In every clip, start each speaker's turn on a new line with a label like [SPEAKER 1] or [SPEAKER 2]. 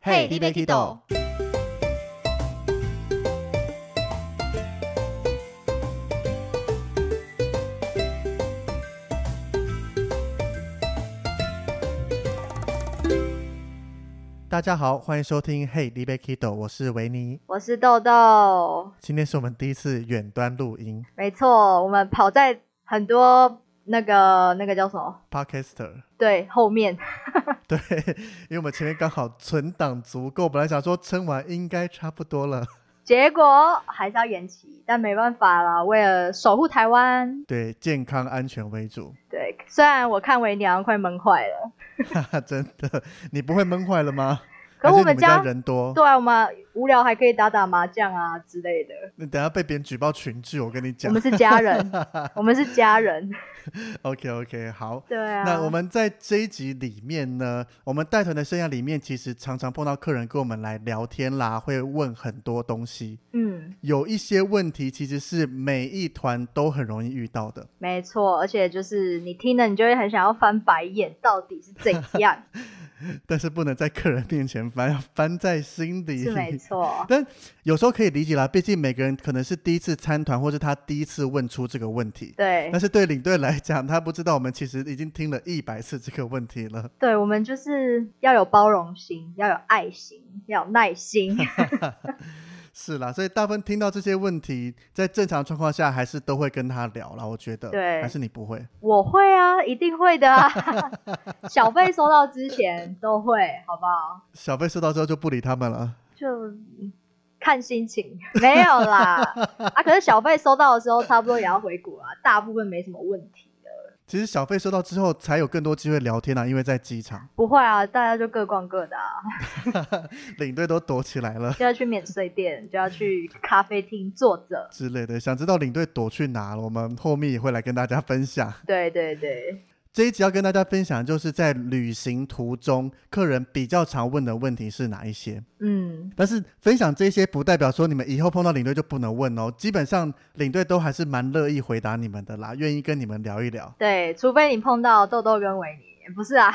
[SPEAKER 1] 嘿你要去倒
[SPEAKER 2] 大家好，欢迎收听 Hey, l i b e Kido，我是维尼。
[SPEAKER 1] 我是豆豆，
[SPEAKER 2] 今天是我们第一次远端录音
[SPEAKER 1] 没错，我们跑在很多那个那个叫什么？
[SPEAKER 2] ，Podcaster。
[SPEAKER 1] 对，后面
[SPEAKER 2] 对，因为我们前面刚好存档足够，本来想说撑完应该差不多了。
[SPEAKER 1] 结果还是要延期，但没办法啦，为了守护台湾，
[SPEAKER 2] 对，健康安全为主，
[SPEAKER 1] 对，虽然我看维尼好像快闷坏了，
[SPEAKER 2] 哈哈， 真的，你不会闷坏了吗？
[SPEAKER 1] 可
[SPEAKER 2] 还是
[SPEAKER 1] 我
[SPEAKER 2] 你们
[SPEAKER 1] 家
[SPEAKER 2] 人多，
[SPEAKER 1] 对啊，我们无聊还可以打打麻将啊之类的，
[SPEAKER 2] 你等下被别人举报群聚，我跟你
[SPEAKER 1] 我
[SPEAKER 2] 讲
[SPEAKER 1] 们。是家人，我们是家人，
[SPEAKER 2] OK OK，好。
[SPEAKER 1] 对啊，
[SPEAKER 2] 那我们在这一集里面呢，我们带团的生涯里面，其实常常碰到客人跟我们来聊天啦，会问很多东西。
[SPEAKER 1] 嗯，
[SPEAKER 2] 有一些问题其实是每一团都很容易遇到的。
[SPEAKER 1] 没错，而且就是你听了你就会很想要翻白眼，到底是怎 样？
[SPEAKER 2] 但是不能在客人面前翻，要翻在心里。
[SPEAKER 1] 是 没错，
[SPEAKER 2] 但有时候可以理解啦，毕竟每个人可能是第一次参团，或是他第一次问出这个问题。
[SPEAKER 1] 对
[SPEAKER 2] 但，是对领队来讲，他不知道我们其实已经听了一百次这个问题了。
[SPEAKER 1] 对我们就是要有包容心，要有爱心，要有耐心。
[SPEAKER 2] 是啦，所以大部分听到这些问题，在正常状况下还是都会跟他聊啦。我觉得，
[SPEAKER 1] 对
[SPEAKER 2] 还是你不会。
[SPEAKER 1] 我会啊，一定会的啊。小费收到之前都会，好不好？
[SPEAKER 2] 小费收到之后就不理他们了。
[SPEAKER 1] 就嗯看心情，没有啦。啊，可是小费收到的时候，差不多也要回国啊，大部分没什么问题的。
[SPEAKER 2] 其实小费收到之后，才有更多机会聊天啦，因为在机场，
[SPEAKER 1] 不会啊，大家就各逛各的啊，
[SPEAKER 2] 领队都躲起来了
[SPEAKER 1] 就要去免税店，就要去咖啡厅坐着。
[SPEAKER 2] 之类的。想知道领队躲去哪了，我们后面也会来跟大家分享。
[SPEAKER 1] 对对对，
[SPEAKER 2] 这一集要跟大家分享，就是在旅行途中，客人比较常问的问题是哪一些。
[SPEAKER 1] 嗯，
[SPEAKER 2] 但是分享这些不代表说你们以后碰到领队就不能问哦，基本上领队都还是蛮乐意回答你们的啦，愿意跟你们聊一聊。
[SPEAKER 1] 对，除非你碰到豆豆跟维尼，不是啊。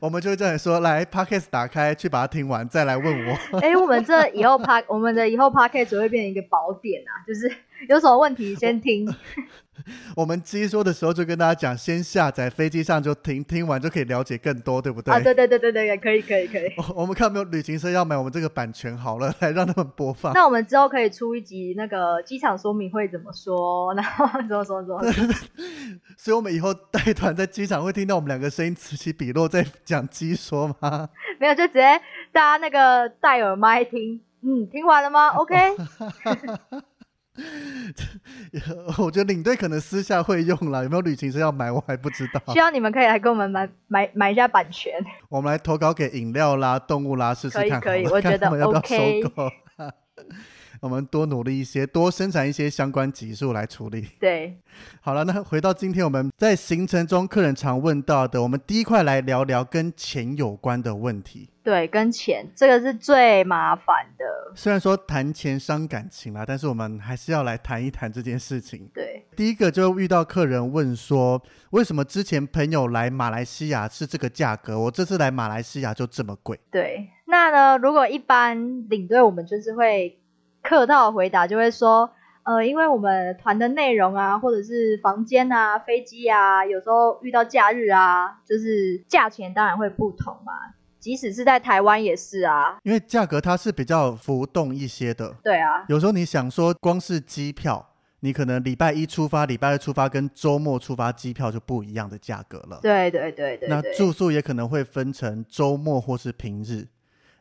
[SPEAKER 2] 我们就会叫你说来 podcast 打开去把它听完，再来问我。
[SPEAKER 1] 哎、我们这以后 p a 我们的以后 p a r k 只会变成一个宝典啊，就是 有什么问题先听。
[SPEAKER 2] 我们机说的时候就跟大家讲，先下载飞机上就听，听完就可以了解更多，对不对？
[SPEAKER 1] 啊，对对对对对，可以可以可以。
[SPEAKER 2] 我我们看有没有旅行社要买我们这个版权好了，来让他们播放。
[SPEAKER 1] 那我们之后可以出一集那个机场说明会怎么说，然后 怎么说怎么说，
[SPEAKER 2] 所以我们以后带团在机场会听到我们两个声音此起彼落在讲机说吗？
[SPEAKER 1] 没有就直接大家那个戴耳麦听。嗯，听完了吗？OK，
[SPEAKER 2] 我觉得领队可能私下会用啦，有没有旅行社要买我还不知道
[SPEAKER 1] 希。望你们可以来跟我们买买买一下版权。
[SPEAKER 2] 我们来投稿给饮料啦、动物啦试试看好了，
[SPEAKER 1] 可以可以我
[SPEAKER 2] 看
[SPEAKER 1] 觉 得
[SPEAKER 2] 他们要不要
[SPEAKER 1] OK
[SPEAKER 2] 收购。 我们多努力一些，多生产一些相关集数来处理。
[SPEAKER 1] 对，
[SPEAKER 2] 好了，那回到今天我们在行程中客人常问到的，我们第一块来聊聊跟钱有关的问题。
[SPEAKER 1] 对，跟钱这个是最麻烦的。
[SPEAKER 2] 虽然说谈钱伤感情啦，但是我们还是要来谈一谈这件事情。
[SPEAKER 1] 对，
[SPEAKER 2] 第一个就遇到客人问说，为什么之前朋友来马来西亚是这个价格，我这次来马来西亚就这么贵？
[SPEAKER 1] 对，那呢，如果一般领队，我们就是会客套回答，就会说，呃，因为我们团的内容啊，或者是房间啊、飞机啊，有时候遇到假日啊，就是价钱当然会不同嘛。即使是在台湾也是啊，
[SPEAKER 2] 因为价格它是比较浮动一些的，
[SPEAKER 1] 对啊，
[SPEAKER 2] 有时候你想说光是机票，你可能礼拜一出发、礼拜二出发跟周末出发机票就不一样的价格了。
[SPEAKER 1] 对对对对
[SPEAKER 2] 那
[SPEAKER 1] 对，
[SPEAKER 2] 住宿也可能会分成周末或是平日。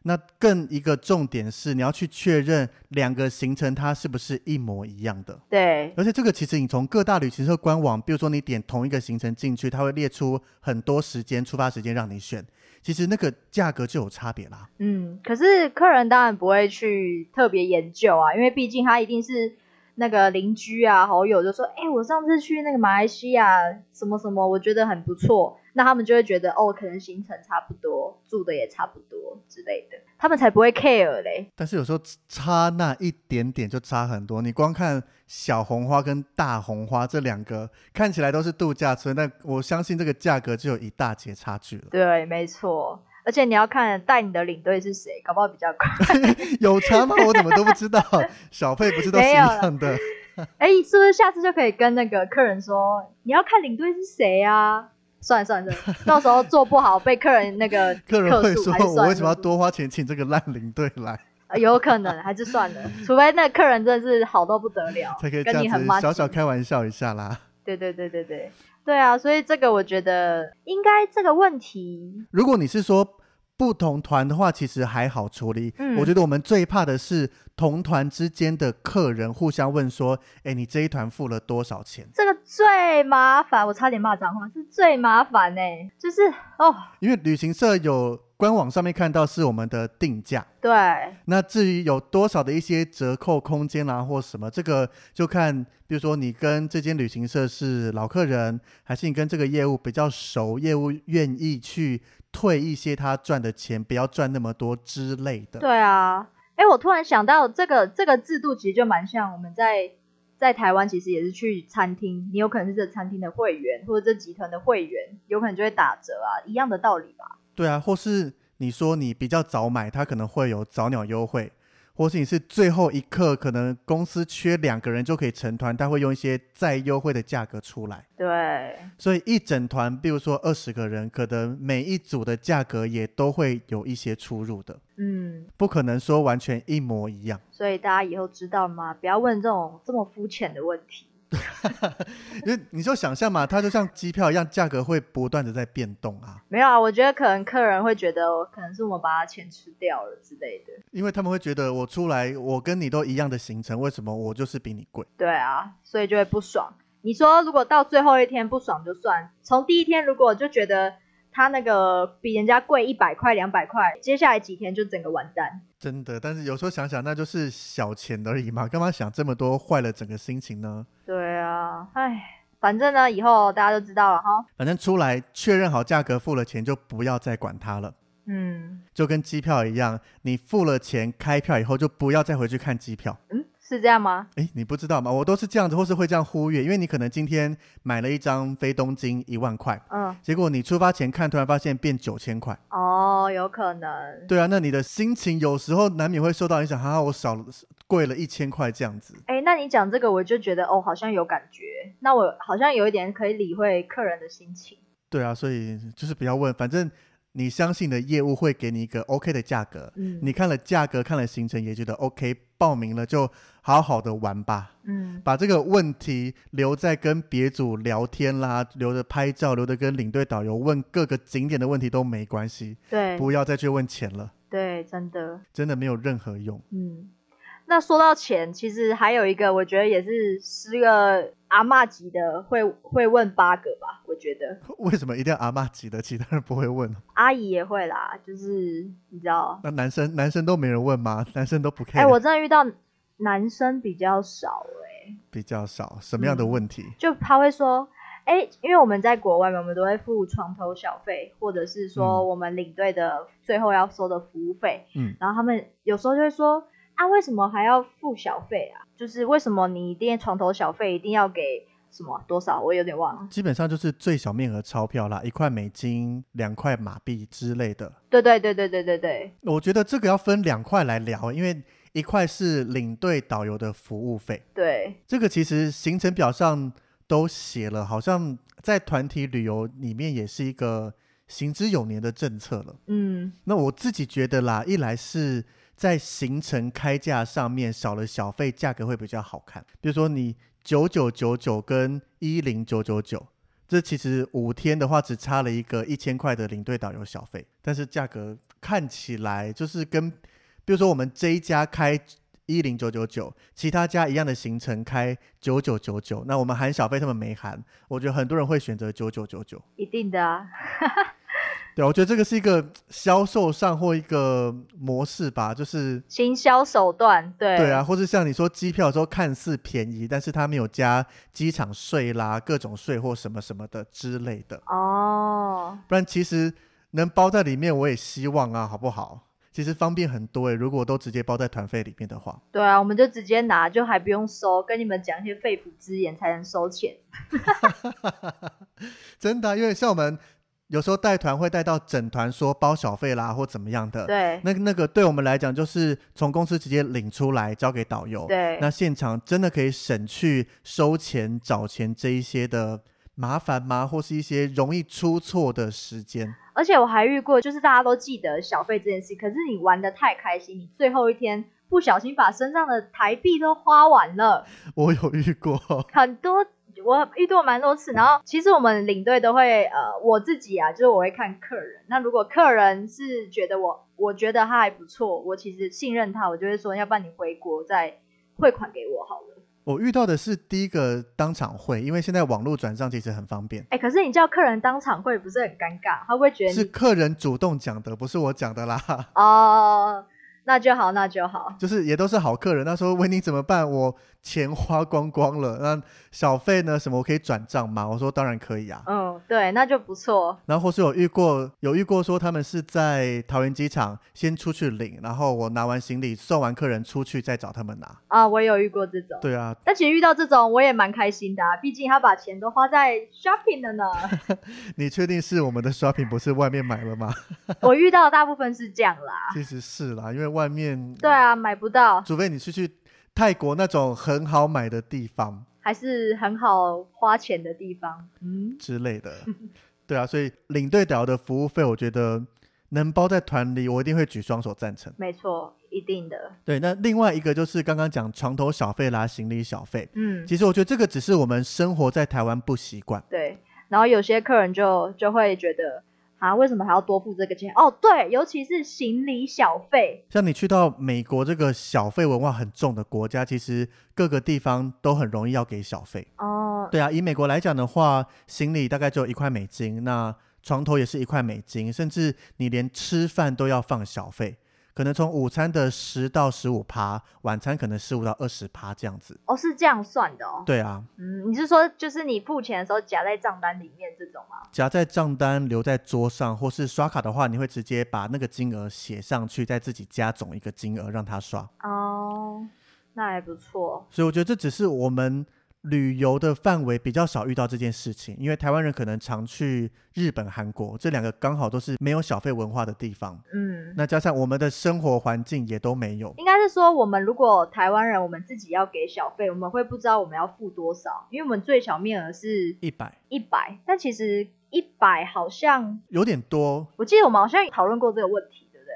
[SPEAKER 2] 那更一个重点是，你要去确认两个行程它是不是一模一样的。
[SPEAKER 1] 对
[SPEAKER 2] 而且这个其实你从各大旅行社官网，比如说你点同一个行程进去，它会列出很多时间、出发时间让你选，其实那个价格就有差别啦。
[SPEAKER 1] 嗯，可是客人当然不会去特别研究啊，因为毕竟他一定是那个邻居啊、好友就说，哎、我上次去那个马来西亚什么什么，我觉得很不错，那他们就会觉得哦，可能行程差不多，住的也差不多之类的，他们才不会 care 嘞。
[SPEAKER 2] 但是有时候差那一点点就差很多。你光看小红花跟大红花这两个看起来都是度假村，但我相信这个价格就有一大截差距了。
[SPEAKER 1] 对，没错。而且你要看带你的领队是谁，搞不好比较快。
[SPEAKER 2] 有差吗？我怎么都不知道。小费不是都是一
[SPEAKER 1] 没有啦
[SPEAKER 2] 样 的？
[SPEAKER 1] 哎、是不是下次就可以跟那个客人说，你要看领队是谁啊？算了算了算了，到时候做不好被客人那个
[SPEAKER 2] 客人会
[SPEAKER 1] 客诉
[SPEAKER 2] 说
[SPEAKER 1] 还是：“
[SPEAKER 2] 我
[SPEAKER 1] 算
[SPEAKER 2] 为什么要
[SPEAKER 1] 了，
[SPEAKER 2] 多花钱请这个烂领队来，
[SPEAKER 1] 呃有可能还是算了，除非那个客人真的是好到不得了，
[SPEAKER 2] 才可以这
[SPEAKER 1] 跟你
[SPEAKER 2] 样
[SPEAKER 1] 很
[SPEAKER 2] 子
[SPEAKER 1] match
[SPEAKER 2] 小小开玩笑一下啦。”
[SPEAKER 1] 对对对对对对啊，所以这个我觉得应该这个问题，
[SPEAKER 2] 如果你是说不同团的话，其实还好处理。
[SPEAKER 1] 嗯
[SPEAKER 2] 我觉得我们最怕的是同团之间的客人互相问说：“哎，你这一团付了多少钱
[SPEAKER 1] 这个最麻烦，我差点骂脏话，是最麻烦呢、就是哦，？”
[SPEAKER 2] 因为旅行社有官网上面看到是我们的定价，
[SPEAKER 1] 对，
[SPEAKER 2] 那至于有多少的一些折扣空间啦、或什么，这个就看，比如说你跟这间旅行社是老客人，还是你跟这个业务比较熟，业务愿意去退一些他赚的钱，不要赚那么多之类的。
[SPEAKER 1] 对啊，哎，我突然想到，这个这个制度其实就蛮像我们在在台湾，其实也是去餐厅，你有可能是这餐厅的会员或者这集团的会员，有可能就会打折啊，一样的道理吧。
[SPEAKER 2] 对啊，或是你说你比较早买，它可能会有早鸟优惠，或是你是最后一刻，可能公司缺两个人就可以成团，他会用一些再优惠的价格出来。
[SPEAKER 1] 对，
[SPEAKER 2] 所以一整团，比如说二十个人，可能每一组的价格也都会有一些出入的，
[SPEAKER 1] 嗯，
[SPEAKER 2] 不可能说完全一模一样。
[SPEAKER 1] 所以大家以后知道吗？不要问这种这么肤浅的问题。
[SPEAKER 2] 因为你就想象嘛，它就像机票一样，价格会不断的在变动啊，
[SPEAKER 1] 没有啊，我觉得可能客人会觉得，哦可能是我们把他钱吃掉了之类的。
[SPEAKER 2] 因为他们会觉得我出来，我跟你都一样的行程，为什么我就是比你贵？
[SPEAKER 1] 对啊，所以就会不爽。你说如果到最后一天不爽就算，从第一天如果就觉得他那个比人家贵一百块两百块，接下来几天就整个完蛋。
[SPEAKER 2] 真的，但是有时候想想，那就是小钱而已嘛，干嘛想这么多，坏了整个心情呢？
[SPEAKER 1] 对啊，唉，反正呢以后大家都知道了哈。
[SPEAKER 2] 反正出来确认好价格，付了钱就不要再管它了，
[SPEAKER 1] 嗯
[SPEAKER 2] 就跟机票一样，你付了钱开票以后就不要再回去看机票。
[SPEAKER 1] 嗯，是这样吗？
[SPEAKER 2] 诶，你不知道吗？我都是这样子，或是会这样忽略，因为你可能今天买了一张飞东京一万块，
[SPEAKER 1] 嗯，
[SPEAKER 2] 结果你出发前看，突然发现变九千块。
[SPEAKER 1] 哦，有可能。
[SPEAKER 2] 对啊，那你的心情有时候难免会受到影响，哈、啊，我少了贵了一千块这样子。
[SPEAKER 1] 哎，那你讲这个我就觉得哦，好像有感觉。那我好像有一点可以理会客人的心情。
[SPEAKER 2] 对啊，所以就是不要问，反正你相信的业务会给你一个 OK 的价格，
[SPEAKER 1] 嗯，
[SPEAKER 2] 你看了价格，看了行程也觉得 OK，报名了就好好的玩吧，
[SPEAKER 1] 嗯，
[SPEAKER 2] 把这个问题留在跟别组聊天啦，留着拍照，留着跟领队导游问各个景点的问题都没关系，
[SPEAKER 1] 对
[SPEAKER 2] 不要再去问钱了，
[SPEAKER 1] 对，真的。
[SPEAKER 2] 真的没有任何用。
[SPEAKER 1] 嗯，那说到钱，其实还有一个，我觉得也是十个阿嬷级的会会问八个吧，我觉得
[SPEAKER 2] 为什么一定要阿嬷级的，其他人不会问？
[SPEAKER 1] 阿姨也会啦，就是你知道，
[SPEAKER 2] 那男生男生都没人问吗？男生都不 care，、
[SPEAKER 1] 哎、我真的遇到男生比较少哎、
[SPEAKER 2] 比较少，什么样的
[SPEAKER 1] 嗯
[SPEAKER 2] 问题？
[SPEAKER 1] 就他会说。哎，因为我们在国外嘛，我们都会付床头小费，或者是说
[SPEAKER 2] 嗯
[SPEAKER 1] 我们领队的最后要收的服务费。
[SPEAKER 2] 嗯
[SPEAKER 1] 然后他们有时候就会说啊，为什么还要付小费啊？就是为什么你一定床头小费一定要给什么多少？我有点忘了。
[SPEAKER 2] 基本上就是最小面额钞票啦，一块美金、两块马币之类的。
[SPEAKER 1] 对对对对对对对，
[SPEAKER 2] 我觉得这个要分两块来聊，因为一块是领队导游的服务费，
[SPEAKER 1] 对，
[SPEAKER 2] 这个其实行程表上都写了，好像在团体旅游里面也是一个行之有年的政策了。
[SPEAKER 1] 嗯，
[SPEAKER 2] 那我自己觉得啦，一来是在行程开价上面少了小费，价格会比较好看。比如说你九九九九跟一零九九九，这其实五天的话只差了一个一千块的领队导游小费，但是价格看起来就是跟，比如说我们这一家开。一零九九九，其他家一样的行程开九九九九，那我们含小费，他们没含，我觉得很多人会选择九九九九。
[SPEAKER 1] 一定的啊。
[SPEAKER 2] 对，我觉得这个是一个销售上或一个模式吧，就是
[SPEAKER 1] 行销手段，对
[SPEAKER 2] 对啊，，或是像你说机票的时候看似便宜，但是它没有加机场税啦、各种税或什么什么的之类的，
[SPEAKER 1] 哦，
[SPEAKER 2] 不然其实能包在里面，我也希望啊，好不好？其实方便很多诶、欸如果都直接包在团费里面的话，
[SPEAKER 1] 对啊，我们就直接拿，就还不用收，跟你们讲一些肺腑之言才能收钱。
[SPEAKER 2] 真的啊、因为像我们有时候带团会带到整团说包小费啦或怎么样的，
[SPEAKER 1] 对
[SPEAKER 2] 那那个对我们来讲就是从公司直接领出来交给导游，
[SPEAKER 1] 对
[SPEAKER 2] 那现场真的可以省去收钱找钱这一些的麻烦吗？或是一些容易出错的时间？
[SPEAKER 1] 而且我还遇过，就是大家都记得小费这件事，可是你玩的太开心，你最后一天不小心把身上的台币都花完了，
[SPEAKER 2] 我有遇过，
[SPEAKER 1] 很多。我遇到蛮多次，然后其实我们领队都会，呃，我自己啊，就是我会看客人。那如果客人是觉得我，我觉得他还不错，我其实信任他，我就会说，要不然你回国再汇款给我好了。
[SPEAKER 2] 我遇到的是第一个当场会，因为现在网络转账其实很方便，
[SPEAKER 1] 哎，可是你叫客人当场汇，不是很尴尬？他会不会觉得
[SPEAKER 2] 是
[SPEAKER 1] 你
[SPEAKER 2] 客人主动讲的，不是我讲的啦。
[SPEAKER 1] 哦，那就好，那就好。
[SPEAKER 2] 就是也都是好客人。那时候问你怎么办？我钱花光光了，那小费呢？什么我可以转账吗？我说当然可以啊。
[SPEAKER 1] 嗯，对，那就不错。
[SPEAKER 2] 然后或是有遇过有遇过说他们是在桃园机场先出去领，然后我拿完行李送完客人出去再找他们拿。
[SPEAKER 1] 啊，我也有遇过这种。
[SPEAKER 2] 对啊，
[SPEAKER 1] 但其实遇到这种我也蛮开心的、啊，毕竟他把钱都花在 shopping 了呢。
[SPEAKER 2] 你确定是我们的刷屏不是外面买 了吗？
[SPEAKER 1] 我遇到的大部分是这样啦。
[SPEAKER 2] 其实是啦，因为外面
[SPEAKER 1] 对，啊，买不到
[SPEAKER 2] 除非你是去泰国那种很好买的地方。
[SPEAKER 1] 还是很好花钱的地方。嗯，
[SPEAKER 2] 之类的。对啊，所以领队导游的服务费，我觉得能包在团里，我一定会举双手赞成。
[SPEAKER 1] 没错，一定的。
[SPEAKER 2] 对，那另外一个就是刚刚讲床头小费啦、行李小费，
[SPEAKER 1] 嗯，
[SPEAKER 2] 其实我觉得这个只是我们生活在台湾不习惯。
[SPEAKER 1] 对。然后有些客人就就会觉得啊，为什么还要多付这个钱？哦，对，尤其是行李小费。
[SPEAKER 2] 像你去到美国这个小费文化很重的国家，其实各个地方都很容易要给小费。
[SPEAKER 1] 哦，
[SPEAKER 2] 对啊，以美国来讲的话，行李大概只有一块美金，那床头也是一块美金，甚至你连吃饭都要放小费，可能从午餐的十到十五趴，晚餐可能十五到二十趴这样子。
[SPEAKER 1] 哦，是这样算的哦。
[SPEAKER 2] 对啊，
[SPEAKER 1] 嗯，你是说就是你付钱的时候夹在账单里面这种吗？
[SPEAKER 2] 夹在账单留在桌上，或是刷卡的话，你会直接把那个金额写上去，再自己加总一个金额让他刷。
[SPEAKER 1] 哦，那还不错。
[SPEAKER 2] 所以我觉得这只是我们旅游的范围比较少遇到这件事情，因为台湾人可能常去日本、韩国这两个刚好都是没有小费文化的地方，
[SPEAKER 1] 嗯，
[SPEAKER 2] 那加上我们的生活环境也都没有。
[SPEAKER 1] 应该是说我们如果台湾人，我们自己要给小费，我们会不知道我们要付多少，因为我们最小面额是
[SPEAKER 2] 一百
[SPEAKER 1] 一百，但其实一百好像，
[SPEAKER 2] 有点多，
[SPEAKER 1] 我记得我们好像讨论过这个问题，对不对？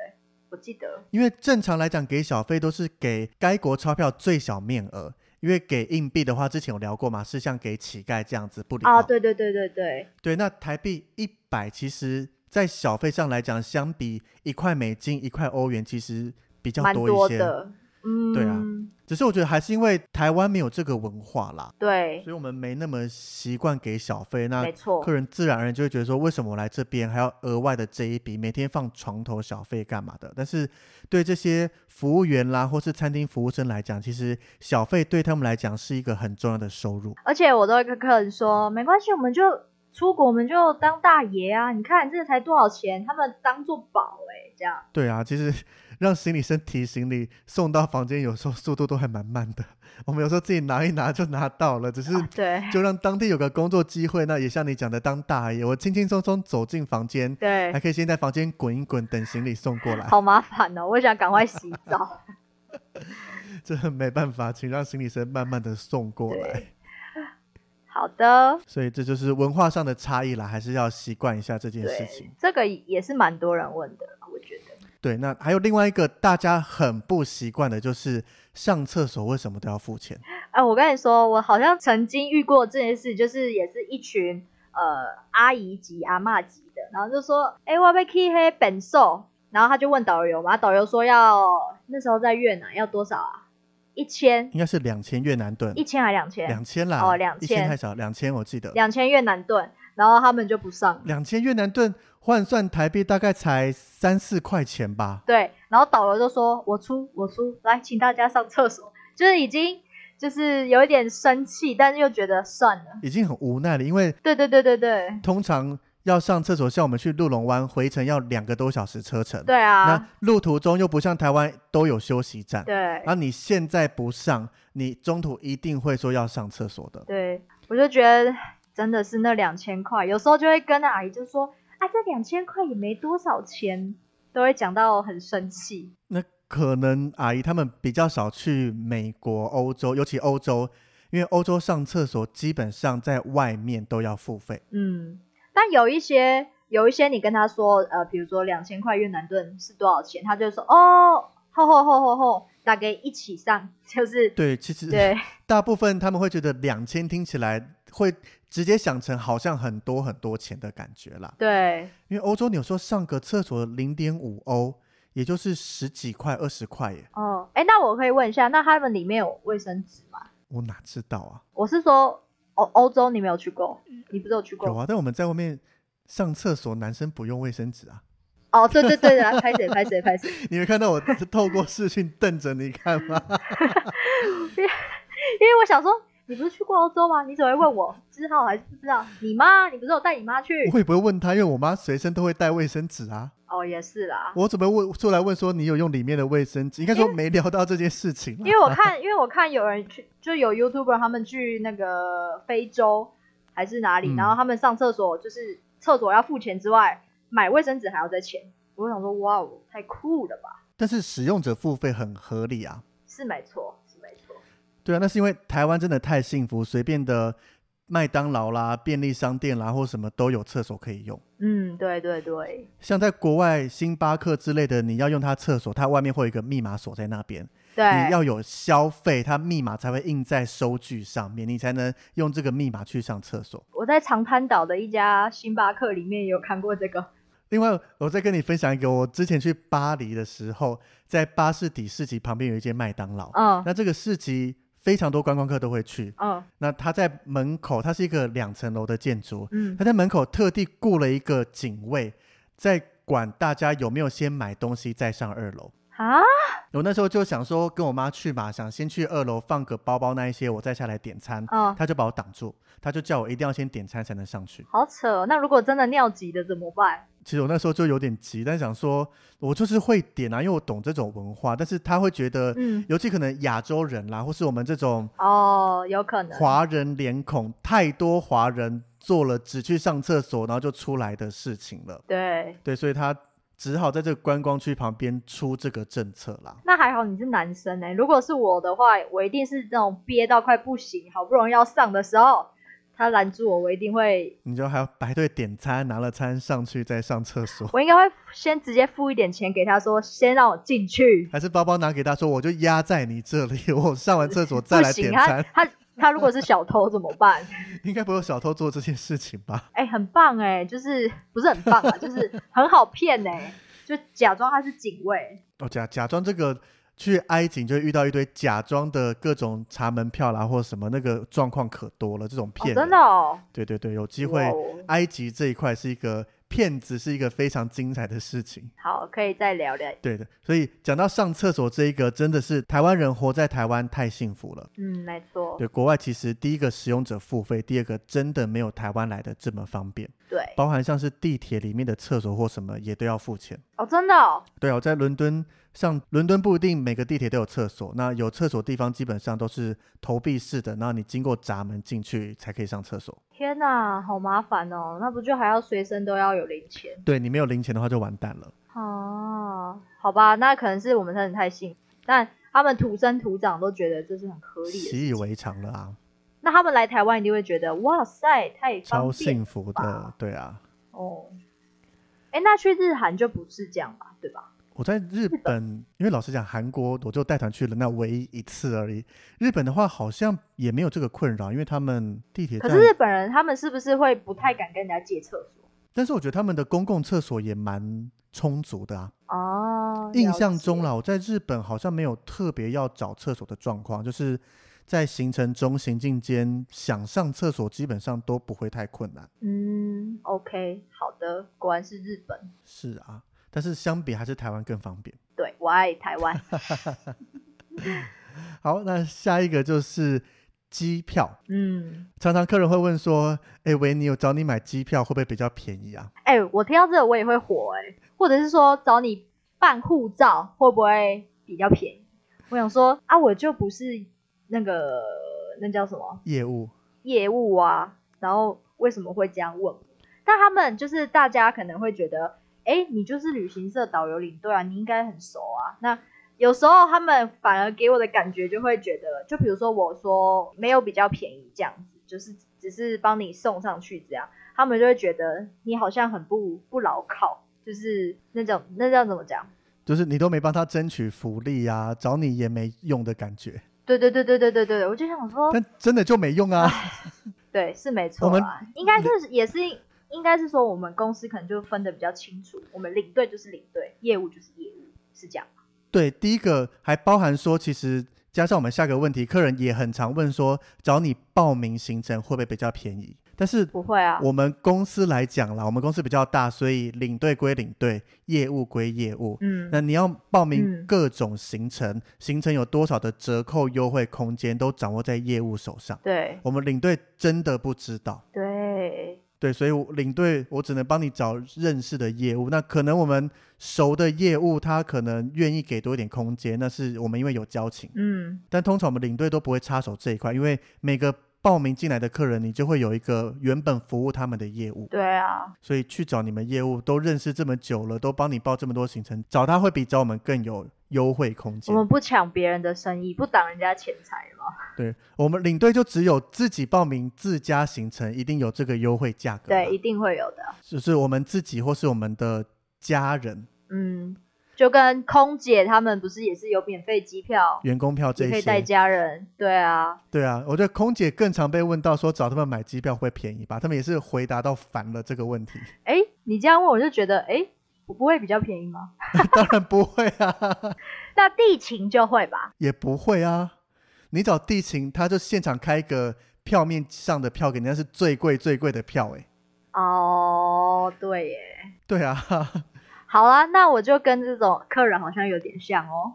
[SPEAKER 1] 我记得，
[SPEAKER 2] 因为正常来讲给小费都是给该国钞票最小面额，因为给硬币的话，之前有聊过嘛，是像给乞丐这样子不礼貌。
[SPEAKER 1] 啊，对对对对对，
[SPEAKER 2] 对，那台币一百，其实在小费上来讲，相比一块美金、一块欧元，其实比较
[SPEAKER 1] 蛮
[SPEAKER 2] 多一些。
[SPEAKER 1] 的，嗯，
[SPEAKER 2] 对啊，只是我觉得还是因为台湾没有这个文化啦，
[SPEAKER 1] 对，
[SPEAKER 2] 所以我们没那么习惯给小费，那
[SPEAKER 1] 没错
[SPEAKER 2] 啊客，人自然而然就会觉得说，为什么我来这边还要额外的这一笔，每天放床头小费干嘛的？但是对这些服务员啦，或是餐厅服务生来讲，其实小费对他们来讲是一个很重要的收入。
[SPEAKER 1] 而且我都会跟客人说，没关系，我们就出国，我们就当大爷啊！你看这才多少钱，他们当做宝哎，这样
[SPEAKER 2] 对啊，其实让行李生提行李送到房间，有时候速度都还蛮慢的。 我们有时候自己拿一拿就拿到了，只是
[SPEAKER 1] 对
[SPEAKER 2] 就让当地有个工作机会。那也像你讲的，当大爷，我轻轻松松走进房间，
[SPEAKER 1] 对
[SPEAKER 2] 还，可以先在房间滚一滚，等行李送过来。
[SPEAKER 1] 好麻烦哦，我想赶快洗澡。
[SPEAKER 2] 这没办法，请让行李生慢慢的送过来。
[SPEAKER 1] 好的，
[SPEAKER 2] 所以这就是文化上的差异啦，还是要习惯一下这件事
[SPEAKER 1] 对
[SPEAKER 2] 情。，
[SPEAKER 1] 这个也是蛮多人问的，我觉得。
[SPEAKER 2] 对，那还有另外一个大家很不习惯的，就是上厕所为什么都要付钱？
[SPEAKER 1] 哎、我跟你说，我好像曾经遇过这件事，就是也是一群呃阿姨级、阿嬷级的，然后就说，哎、我要被 key 黑本寿，然后他就问导游嘛，导游说要那时候在越南要多少啊？一千，
[SPEAKER 2] 应该是两千越南盾
[SPEAKER 1] 一，千还两千？
[SPEAKER 2] 两千啦，
[SPEAKER 1] 哦2000
[SPEAKER 2] 一千太少，两千我记得，
[SPEAKER 1] 两千越南盾，然后他们就不上了。
[SPEAKER 2] 两千越南盾换算台币大概才三四块钱吧。
[SPEAKER 1] 对，然后导游就说：“我出，我出，来，请大家上厕所。” 就是已经就是有一点生气，但是又觉得算了。
[SPEAKER 2] 已经很无奈了，因为
[SPEAKER 1] 对对对对对，
[SPEAKER 2] 通常要上厕所，像我们去鹿龙湾回程要两个多小时车程，
[SPEAKER 1] 对
[SPEAKER 2] 那
[SPEAKER 1] 啊，
[SPEAKER 2] 路途中又不像台湾都有休息站，
[SPEAKER 1] 对
[SPEAKER 2] 然后你现在不上，你中途一定会说要上厕所的。
[SPEAKER 1] 对，我就觉得真的是那两千块，有时候就会跟那阿姨就说：“啊，这两千块也没多少钱，都会讲到很生气。
[SPEAKER 2] 那可能阿姨他们比较少去美国、欧洲，尤其欧洲，因为欧洲上厕所基本上在外面都要付费。
[SPEAKER 1] 嗯，但有一些有一些你跟他说，呃，比如说两千块越南盾是多少钱，他就说哦，吼吼吼吼吼，大概一起上， 就是
[SPEAKER 2] 对，其实
[SPEAKER 1] 对
[SPEAKER 2] 大部分他们会觉得两千听起来会直接想成好像很多很多钱的感觉啦。
[SPEAKER 1] 对
[SPEAKER 2] 因为欧洲你有时候上个厕所零点五欧，也就是十几块、二十块耶，
[SPEAKER 1] 哦，哎，那我可以问一下，那他们里面有卫生纸吗？
[SPEAKER 2] 我哪知道啊？
[SPEAKER 1] 我是说欧欧洲你没有去过，你不是有去过
[SPEAKER 2] 有？啊，但我们在外面上厕所，男生不用卫生纸啊。
[SPEAKER 1] 哦，对对对对，拍谁拍谁拍谁，
[SPEAKER 2] 你没看到我透过视讯瞪着你看吗？
[SPEAKER 1] 因为我想说。你不是去过欧洲吗？你怎么会问我知道还是不知道？你妈，你不是有带你妈去？
[SPEAKER 2] 我也不会问他，因为我妈随身都会带卫生纸啊。
[SPEAKER 1] 哦，也是啦，
[SPEAKER 2] 我准备问出来问说你有用里面的卫生纸，应该说没聊到这件事情啊啦。
[SPEAKER 1] 因为我看，因为我看有人去，就有 YouTuber 他们去那个非洲还是哪里，
[SPEAKER 2] 嗯
[SPEAKER 1] 然后他们上厕所就是厕所要付钱之外，买卫生纸还要再钱。我想说，哇哦，太酷了吧？
[SPEAKER 2] 但是使用者付费很合理啊。
[SPEAKER 1] 是没错，是没错。
[SPEAKER 2] 对啊，那是因为台湾真的太幸福，随便的麦当劳啦、便利商店啦或什么都有厕所可以用。
[SPEAKER 1] 嗯，对对对，
[SPEAKER 2] 像在国外，星巴克之类的，你要用它厕所，它外面会有一个密码锁在那边，你
[SPEAKER 1] 对，
[SPEAKER 2] 要有消费，它密码才会印在收据上面，你才能用这个密码去上厕所。
[SPEAKER 1] 我在长滩岛的一家星巴克里面也有看过这个。
[SPEAKER 2] 另外，我再跟你分享一个，我之前去巴黎的时候，在巴士底市集旁边有一间麦当劳，
[SPEAKER 1] 嗯
[SPEAKER 2] 那这个市集非常多观光客都会去。
[SPEAKER 1] 嗯
[SPEAKER 2] 那它在门口，它是一个两层楼的建筑，
[SPEAKER 1] 嗯
[SPEAKER 2] 他在门口特地雇了一个警卫，在管大家有没有先买东西再上二楼。
[SPEAKER 1] 啊，
[SPEAKER 2] 我那时候就想说跟我妈去嘛，想先去二楼放个包包那一些，我再下来点餐。
[SPEAKER 1] 嗯，
[SPEAKER 2] 他就把我挡住，他就叫我一定要先点餐才能上去。
[SPEAKER 1] 好扯哦、那如果真的尿急的怎么办？
[SPEAKER 2] 其实我那时候就有点急，但想说我就是会点啊，因为我懂这种文化。但是他会觉得，
[SPEAKER 1] 嗯，
[SPEAKER 2] 尤其可能亚洲人啦，或是我们这种
[SPEAKER 1] 哦，有可能。
[SPEAKER 2] 华人脸孔，太多华人做了只去上厕所然后就出来的事情了。
[SPEAKER 1] 对，
[SPEAKER 2] 对，所以他只好在这个观光区旁边出这个政策啦。
[SPEAKER 1] 那还好你是男生呢、欸如果是我的话，我一定是那种憋到快不行，好不容易要上的时候，他拦住我，我一定会，
[SPEAKER 2] 你就还要排队点餐，拿了餐上去再上厕所，
[SPEAKER 1] 我应该会先直接付一点钱给他说，先让我进去。
[SPEAKER 2] 还是包包拿给他说，我就压在你这里， 我上完厕所再
[SPEAKER 1] 不
[SPEAKER 2] 来
[SPEAKER 1] 行，
[SPEAKER 2] 点
[SPEAKER 1] 他
[SPEAKER 2] 餐。
[SPEAKER 1] 他他如果是小偷怎么办？
[SPEAKER 2] 应该不会有小偷做这件事情吧？
[SPEAKER 1] 哎、很棒哎、就是不是很棒啊，就是很好骗哎、就假装他是警卫。
[SPEAKER 2] 哦，假假装这个去埃及就会遇到一堆假装的各种查门票啦或什么，那个状况可多了，这种
[SPEAKER 1] 哦，
[SPEAKER 2] 骗、
[SPEAKER 1] 真的哦，
[SPEAKER 2] 对对对，有机
[SPEAKER 1] 哇
[SPEAKER 2] 会。
[SPEAKER 1] 哦
[SPEAKER 2] 埃及这一块是一个骗子，是一个非常精彩的事情。
[SPEAKER 1] 好，可以再聊聊。
[SPEAKER 2] 对的，所以讲到上厕所这一个，真的是台湾人活在台湾太幸福了。
[SPEAKER 1] 嗯，没错，
[SPEAKER 2] 对，国外其实第一个使用者付费，第二个真的没有台湾来的这么方便，
[SPEAKER 1] 对，
[SPEAKER 2] 包含像是地铁里面的厕所或什么也都要付钱。
[SPEAKER 1] 哦，真的哦，
[SPEAKER 2] 对啊，我在伦敦，像伦敦不一定每个地铁都有厕所，那有厕所地方基本上都是投币式的，然后你经过闸门进去才可以上厕所。
[SPEAKER 1] 天呐，好麻烦哦！那不就还要随身都要有零钱
[SPEAKER 2] 对你没有零钱的话就完蛋了。
[SPEAKER 1] 啊？好吧，那可能是我们真的太幸运，但他们土生土长都觉得这是很合理的事
[SPEAKER 2] 习以
[SPEAKER 1] 情。
[SPEAKER 2] 为常了啊，
[SPEAKER 1] 那他们来台湾一定会觉得哇塞，太方
[SPEAKER 2] 超
[SPEAKER 1] 便
[SPEAKER 2] 幸福的，对啊。
[SPEAKER 1] 哦。哎，那去日韩就不是这样吧，对吧？
[SPEAKER 2] 我在日本，因为老实讲，韩国我就带团去了那唯一一次而已。日本的话，好像也没有这个困扰，因为他们地铁
[SPEAKER 1] 可
[SPEAKER 2] 站
[SPEAKER 1] 是，日本人他们是不是会不太敢跟人家借厕所？
[SPEAKER 2] 但是我觉得他们的公共厕所也蛮充足的啊。
[SPEAKER 1] 哦，
[SPEAKER 2] 印象中
[SPEAKER 1] 了
[SPEAKER 2] 啦，我在日本好像没有特别要找厕所的状况，就是在行程中行进间想上厕所，基本上都不会太困难。
[SPEAKER 1] 解。嗯，OK，好的，果然是日本。
[SPEAKER 2] 是啊，但是相比还是台湾更方便。
[SPEAKER 1] 对我爱台 湾。
[SPEAKER 2] 好，那下一个就是机票。
[SPEAKER 1] 嗯，
[SPEAKER 2] 常常客人会问说：“哎、维尼，我找你买机票会不会比较便宜啊
[SPEAKER 1] 哎、我听到这个我也会火哎、或者是说找你办护照会不会比较便宜？我想说啊，我就不是那个那叫什么？”
[SPEAKER 2] 业务
[SPEAKER 1] 业务啊，然后为什么会这样问我？但他们就是大家可能会觉得，哎，你就是旅行社导游领队啊，你应该很熟啊。那有时候他们反而给我的感觉就会觉得，就比如说我说没有比较便宜这样子，就是只是帮你送上去这样，他们就会觉得你好像很不不牢靠，就是那种那叫怎么讲？
[SPEAKER 2] 就是你都没帮他争取福利啊，找你也没用的感觉，
[SPEAKER 1] 对对对对对对对，我就想说，
[SPEAKER 2] 但真的就没用啊。
[SPEAKER 1] 对，是没错
[SPEAKER 2] 我们嗯
[SPEAKER 1] 啦，应该是也是应该是说我们公司可能就分的比较清楚，我们领队就是领队，业务就是业务，是这样。
[SPEAKER 2] 对，第一个还包含说，其实加上我们下个问题，客人也很常问说，找你报名行程会不会比较便宜？但是
[SPEAKER 1] 不会啊，
[SPEAKER 2] 我们公司来讲啦，我们公司比较大，所以领队归领队，业务归业务。
[SPEAKER 1] 嗯，
[SPEAKER 2] 那你要报名
[SPEAKER 1] 嗯
[SPEAKER 2] 各种行程，行程有多少的折扣优惠空间，都掌握在业务手上。
[SPEAKER 1] 对
[SPEAKER 2] 我们领队真的不知道，
[SPEAKER 1] 对，
[SPEAKER 2] 对，所以我领队我只能帮你找认识的业务。那可能我们熟的业务，他可能愿意给多一点空间，那是我们因为有交情。
[SPEAKER 1] 嗯，
[SPEAKER 2] 但通常我们领队都不会插手这一块，因为每个报名进来的客人，你就会有一个原本服务他们的业务，
[SPEAKER 1] 对啊，
[SPEAKER 2] 所以去找你们业务都认识这么久了，都帮你报这么多行程，找他会比找我们更有优惠空
[SPEAKER 1] 我
[SPEAKER 2] 间。
[SPEAKER 1] 们不抢别人的生意，不挡人家钱财嘛。
[SPEAKER 2] 对我们领队就只有自己报名自家行程，一定有这个优惠价格啦。
[SPEAKER 1] 对，一定会有的。啊
[SPEAKER 2] 就是我们自己或是我们的家人。
[SPEAKER 1] 嗯，就跟空姐他们不是也是有免费机票，
[SPEAKER 2] 员工票这
[SPEAKER 1] 也可
[SPEAKER 2] 一
[SPEAKER 1] 以带
[SPEAKER 2] 些，
[SPEAKER 1] 家人。对啊，
[SPEAKER 2] 对啊，我觉得空姐更常被问到说找他们买机票会便宜吧，他们也是回答到烦了这个问题。
[SPEAKER 1] 哎，你这样问我就觉得，哎，我不会比较便宜吗？
[SPEAKER 2] 当然不会啊，
[SPEAKER 1] 那地勤就会吧？
[SPEAKER 2] 也不会啊。你找地勤，他就现场开一个票面上的票给你，那是最贵最贵的票哎、
[SPEAKER 1] 哦，对耶。
[SPEAKER 2] 对啊，
[SPEAKER 1] 好啦，那我就跟这种客人好像有点像哦。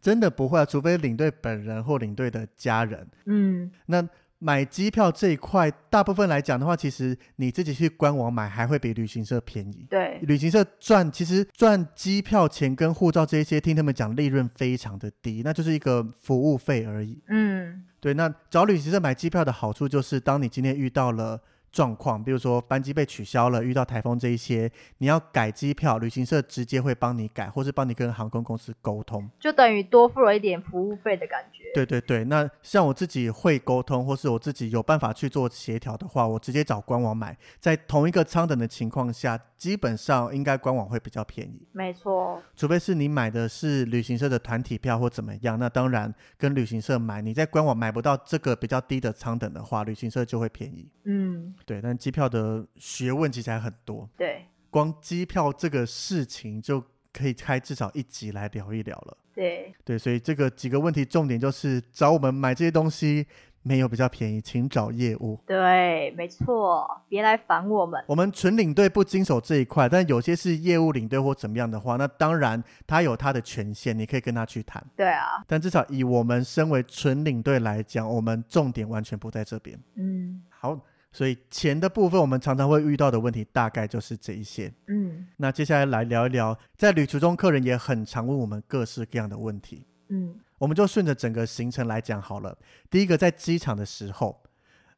[SPEAKER 2] 真的不会啊，除非领队本人或领队的家人。
[SPEAKER 1] 嗯，
[SPEAKER 2] 那买机票这一块，大部分来讲的话，其实你自己去官网买还会比旅行社便宜。
[SPEAKER 1] 对，
[SPEAKER 2] 旅行社赚，其实赚机票钱跟护照这一些，听他们讲利润非常的低，那就是一个服务费而已。
[SPEAKER 1] 嗯，
[SPEAKER 2] 对，那找旅行社买机票的好处就是，当你今天遇到了状况，比如说班机被取消了，遇到台风这一些，你要改机票，旅行社直接会帮你改，或是帮你跟航空公司沟通。
[SPEAKER 1] 就等于多付了一点服务费的感觉。
[SPEAKER 2] 对对对，那像我自己会沟通，或是我自己有办法去做协调的话，我直接找官网买，在同一个舱等的情况下，基本上应该官网会比较便宜。
[SPEAKER 1] 没错，
[SPEAKER 2] 除非是你买的是旅行社的团体票或怎么样，那当然跟旅行社买，你在官网买不到这个比较低的舱等的话，旅行社就会便宜。
[SPEAKER 1] 嗯，
[SPEAKER 2] 对，但机票的学问其实还很多，
[SPEAKER 1] 对
[SPEAKER 2] 光机票这个事情就可以开至少一集来聊一聊了。
[SPEAKER 1] 对，
[SPEAKER 2] 对，所以这个几个问题重点就是找我们买这些东西没有比较便宜，请找业务。
[SPEAKER 1] 对，没错，别来烦我们。
[SPEAKER 2] 我们纯领队不经手这一块，但有些是业务领队或怎么样的话，那当然他有他的权限，你可以跟他去谈。
[SPEAKER 1] 对啊，
[SPEAKER 2] 但至少以我们身为纯领队来讲，我们重点完全不在这边。
[SPEAKER 1] 嗯
[SPEAKER 2] 好，所以钱的部分，我们常常会遇到的问题大概就是这一些。
[SPEAKER 1] 嗯
[SPEAKER 2] 那接下来来聊一聊，在旅途中，客人也很常问我们各式各样的问题。
[SPEAKER 1] 嗯，
[SPEAKER 2] 我们就顺着整个行程来讲好了。第一个，在机场的时候，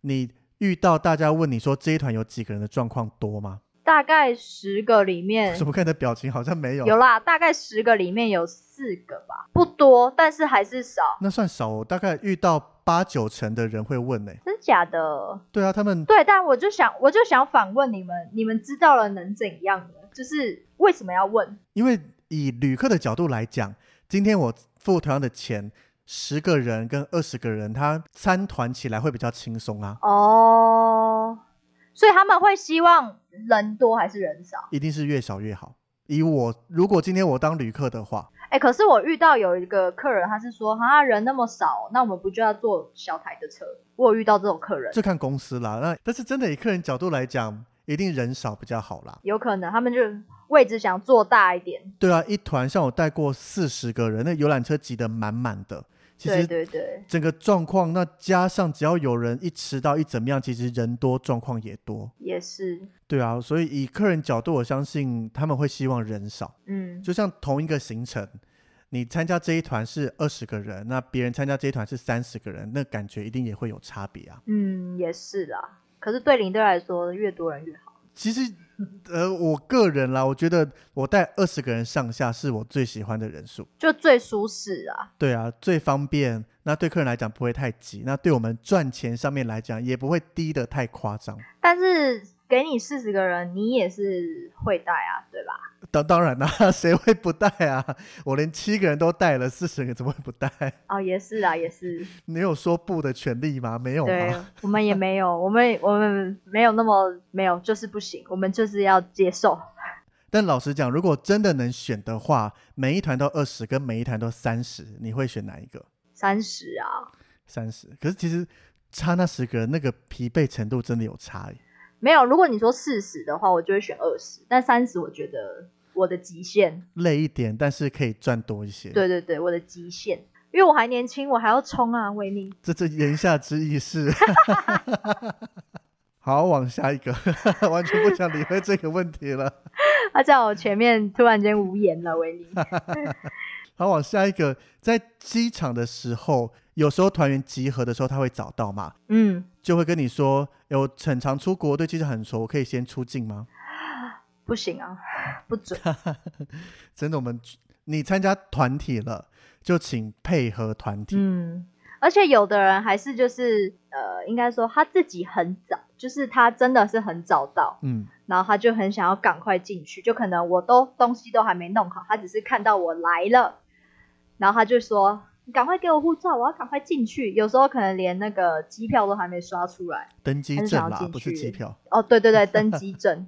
[SPEAKER 2] 你遇到大家问你说这一团有几个人的状况多吗？
[SPEAKER 1] 大概十个里面
[SPEAKER 2] 怎么看你的表情好像没有？
[SPEAKER 1] 嗯有啦，大概十个里面有四个吧，不多，但是还是少。
[SPEAKER 2] 那算少、哦，大概遇到八九成的人会问呢、
[SPEAKER 1] 真假的？
[SPEAKER 2] 对啊，他们
[SPEAKER 1] 对，但我就想，我就想反问你们，你们知道了能怎样呢？就是为什么要问？
[SPEAKER 2] 因为以旅客的角度来讲，今天我付同样的钱，十个人跟二十个人，他参团起来会比较轻松啊，
[SPEAKER 1] 哦，所以他们会希望人多还是人少？
[SPEAKER 2] 一定是越少越好。以我如果今天我当旅客的话，
[SPEAKER 1] 哎，可是我遇到有一个客人，他是说，哈，人那么少，那我们不就要坐小台的车？我有遇到这种客人，
[SPEAKER 2] 这看公司啦。那但是真的以客人角度来讲，一定人少比较好啦。
[SPEAKER 1] 有可能他们就位置想坐大一点。
[SPEAKER 2] 对啊，一团像我带过四十个人，那游览车挤得满满的。其
[SPEAKER 1] 对
[SPEAKER 2] 实
[SPEAKER 1] 对对，
[SPEAKER 2] 整个状况，那加上只要有人一迟到一怎么样，其实人多状况也多。
[SPEAKER 1] 也是，
[SPEAKER 2] 对啊，所以以客人角度，我相信他们会希望人少。
[SPEAKER 1] 嗯，
[SPEAKER 2] 就像同一个行程，你参加这一团是二十个人，那别人参加这一团是三十个人，那感觉一定也会有差别啊。
[SPEAKER 1] 嗯，也是啦。可是对领队来说，越多人越好。
[SPEAKER 2] 其实，呃，我个人啦，我觉得我带二十个人上下是我最喜欢的人数。
[SPEAKER 1] 就最舒适啊。
[SPEAKER 2] 对啊，最方便。那对客人来讲不会太急，那对我们赚钱上面来讲也不会低的太夸张。
[SPEAKER 1] 但是给你四十个人，你也是会带啊，对吧？
[SPEAKER 2] 当当然啦、 谁会不带啊？我连七个人都带了，四十个怎么会不带？
[SPEAKER 1] 哦，也是啊，也是。
[SPEAKER 2] 你有说不的权利吗？没有
[SPEAKER 1] 对
[SPEAKER 2] 吗？，
[SPEAKER 1] 我们也没有， 我们我们没有那么没有，就是不行，我们就是要接受。
[SPEAKER 2] 但老实讲，如果真的能选的话，每一团都二十，跟每一团都三十，你会选哪一个？
[SPEAKER 1] 三十啊，
[SPEAKER 2] 三十。可是其实差那十个人，那个疲惫程度真的有差欸耶。
[SPEAKER 1] 没有。如果你说四十的话，我就会选二十，但三十我觉得我的极限，
[SPEAKER 2] 累一点，但是可以赚多一些。，
[SPEAKER 1] 对对对，我的极限，因为我还年轻，我还要冲啊，维尼。
[SPEAKER 2] 这这言下之意 是。好，往下一个， 完全不想理会这个问题了。
[SPEAKER 1] 他在我前面突然间无言了，维尼。
[SPEAKER 2] 好，往下一个，在机场的时候，有时候团员集合的时候，他会早到嘛，
[SPEAKER 1] 嗯，
[SPEAKER 2] 就会跟你说，有很常出国，对机场很熟，我可以先出境吗？
[SPEAKER 1] 不行啊，不准。
[SPEAKER 2] 真的，我们你参加团体了，就请配合团体。
[SPEAKER 1] 嗯，而且有的人还是就是呃，应该说他自己很早，就是他真的是很早到，
[SPEAKER 2] 嗯，
[SPEAKER 1] 然后他就很想要赶快进去，就可能我都东西都还没弄好，他只是看到我来了，然后他就说：“你赶快给我护照，我要赶快进去。”有时候可能连那个机票都还没刷出来。
[SPEAKER 2] 登机
[SPEAKER 1] 很
[SPEAKER 2] 证
[SPEAKER 1] 少
[SPEAKER 2] 啦
[SPEAKER 1] 进，
[SPEAKER 2] 不是
[SPEAKER 1] 去
[SPEAKER 2] 机票。
[SPEAKER 1] 哦，对对对，登 机证。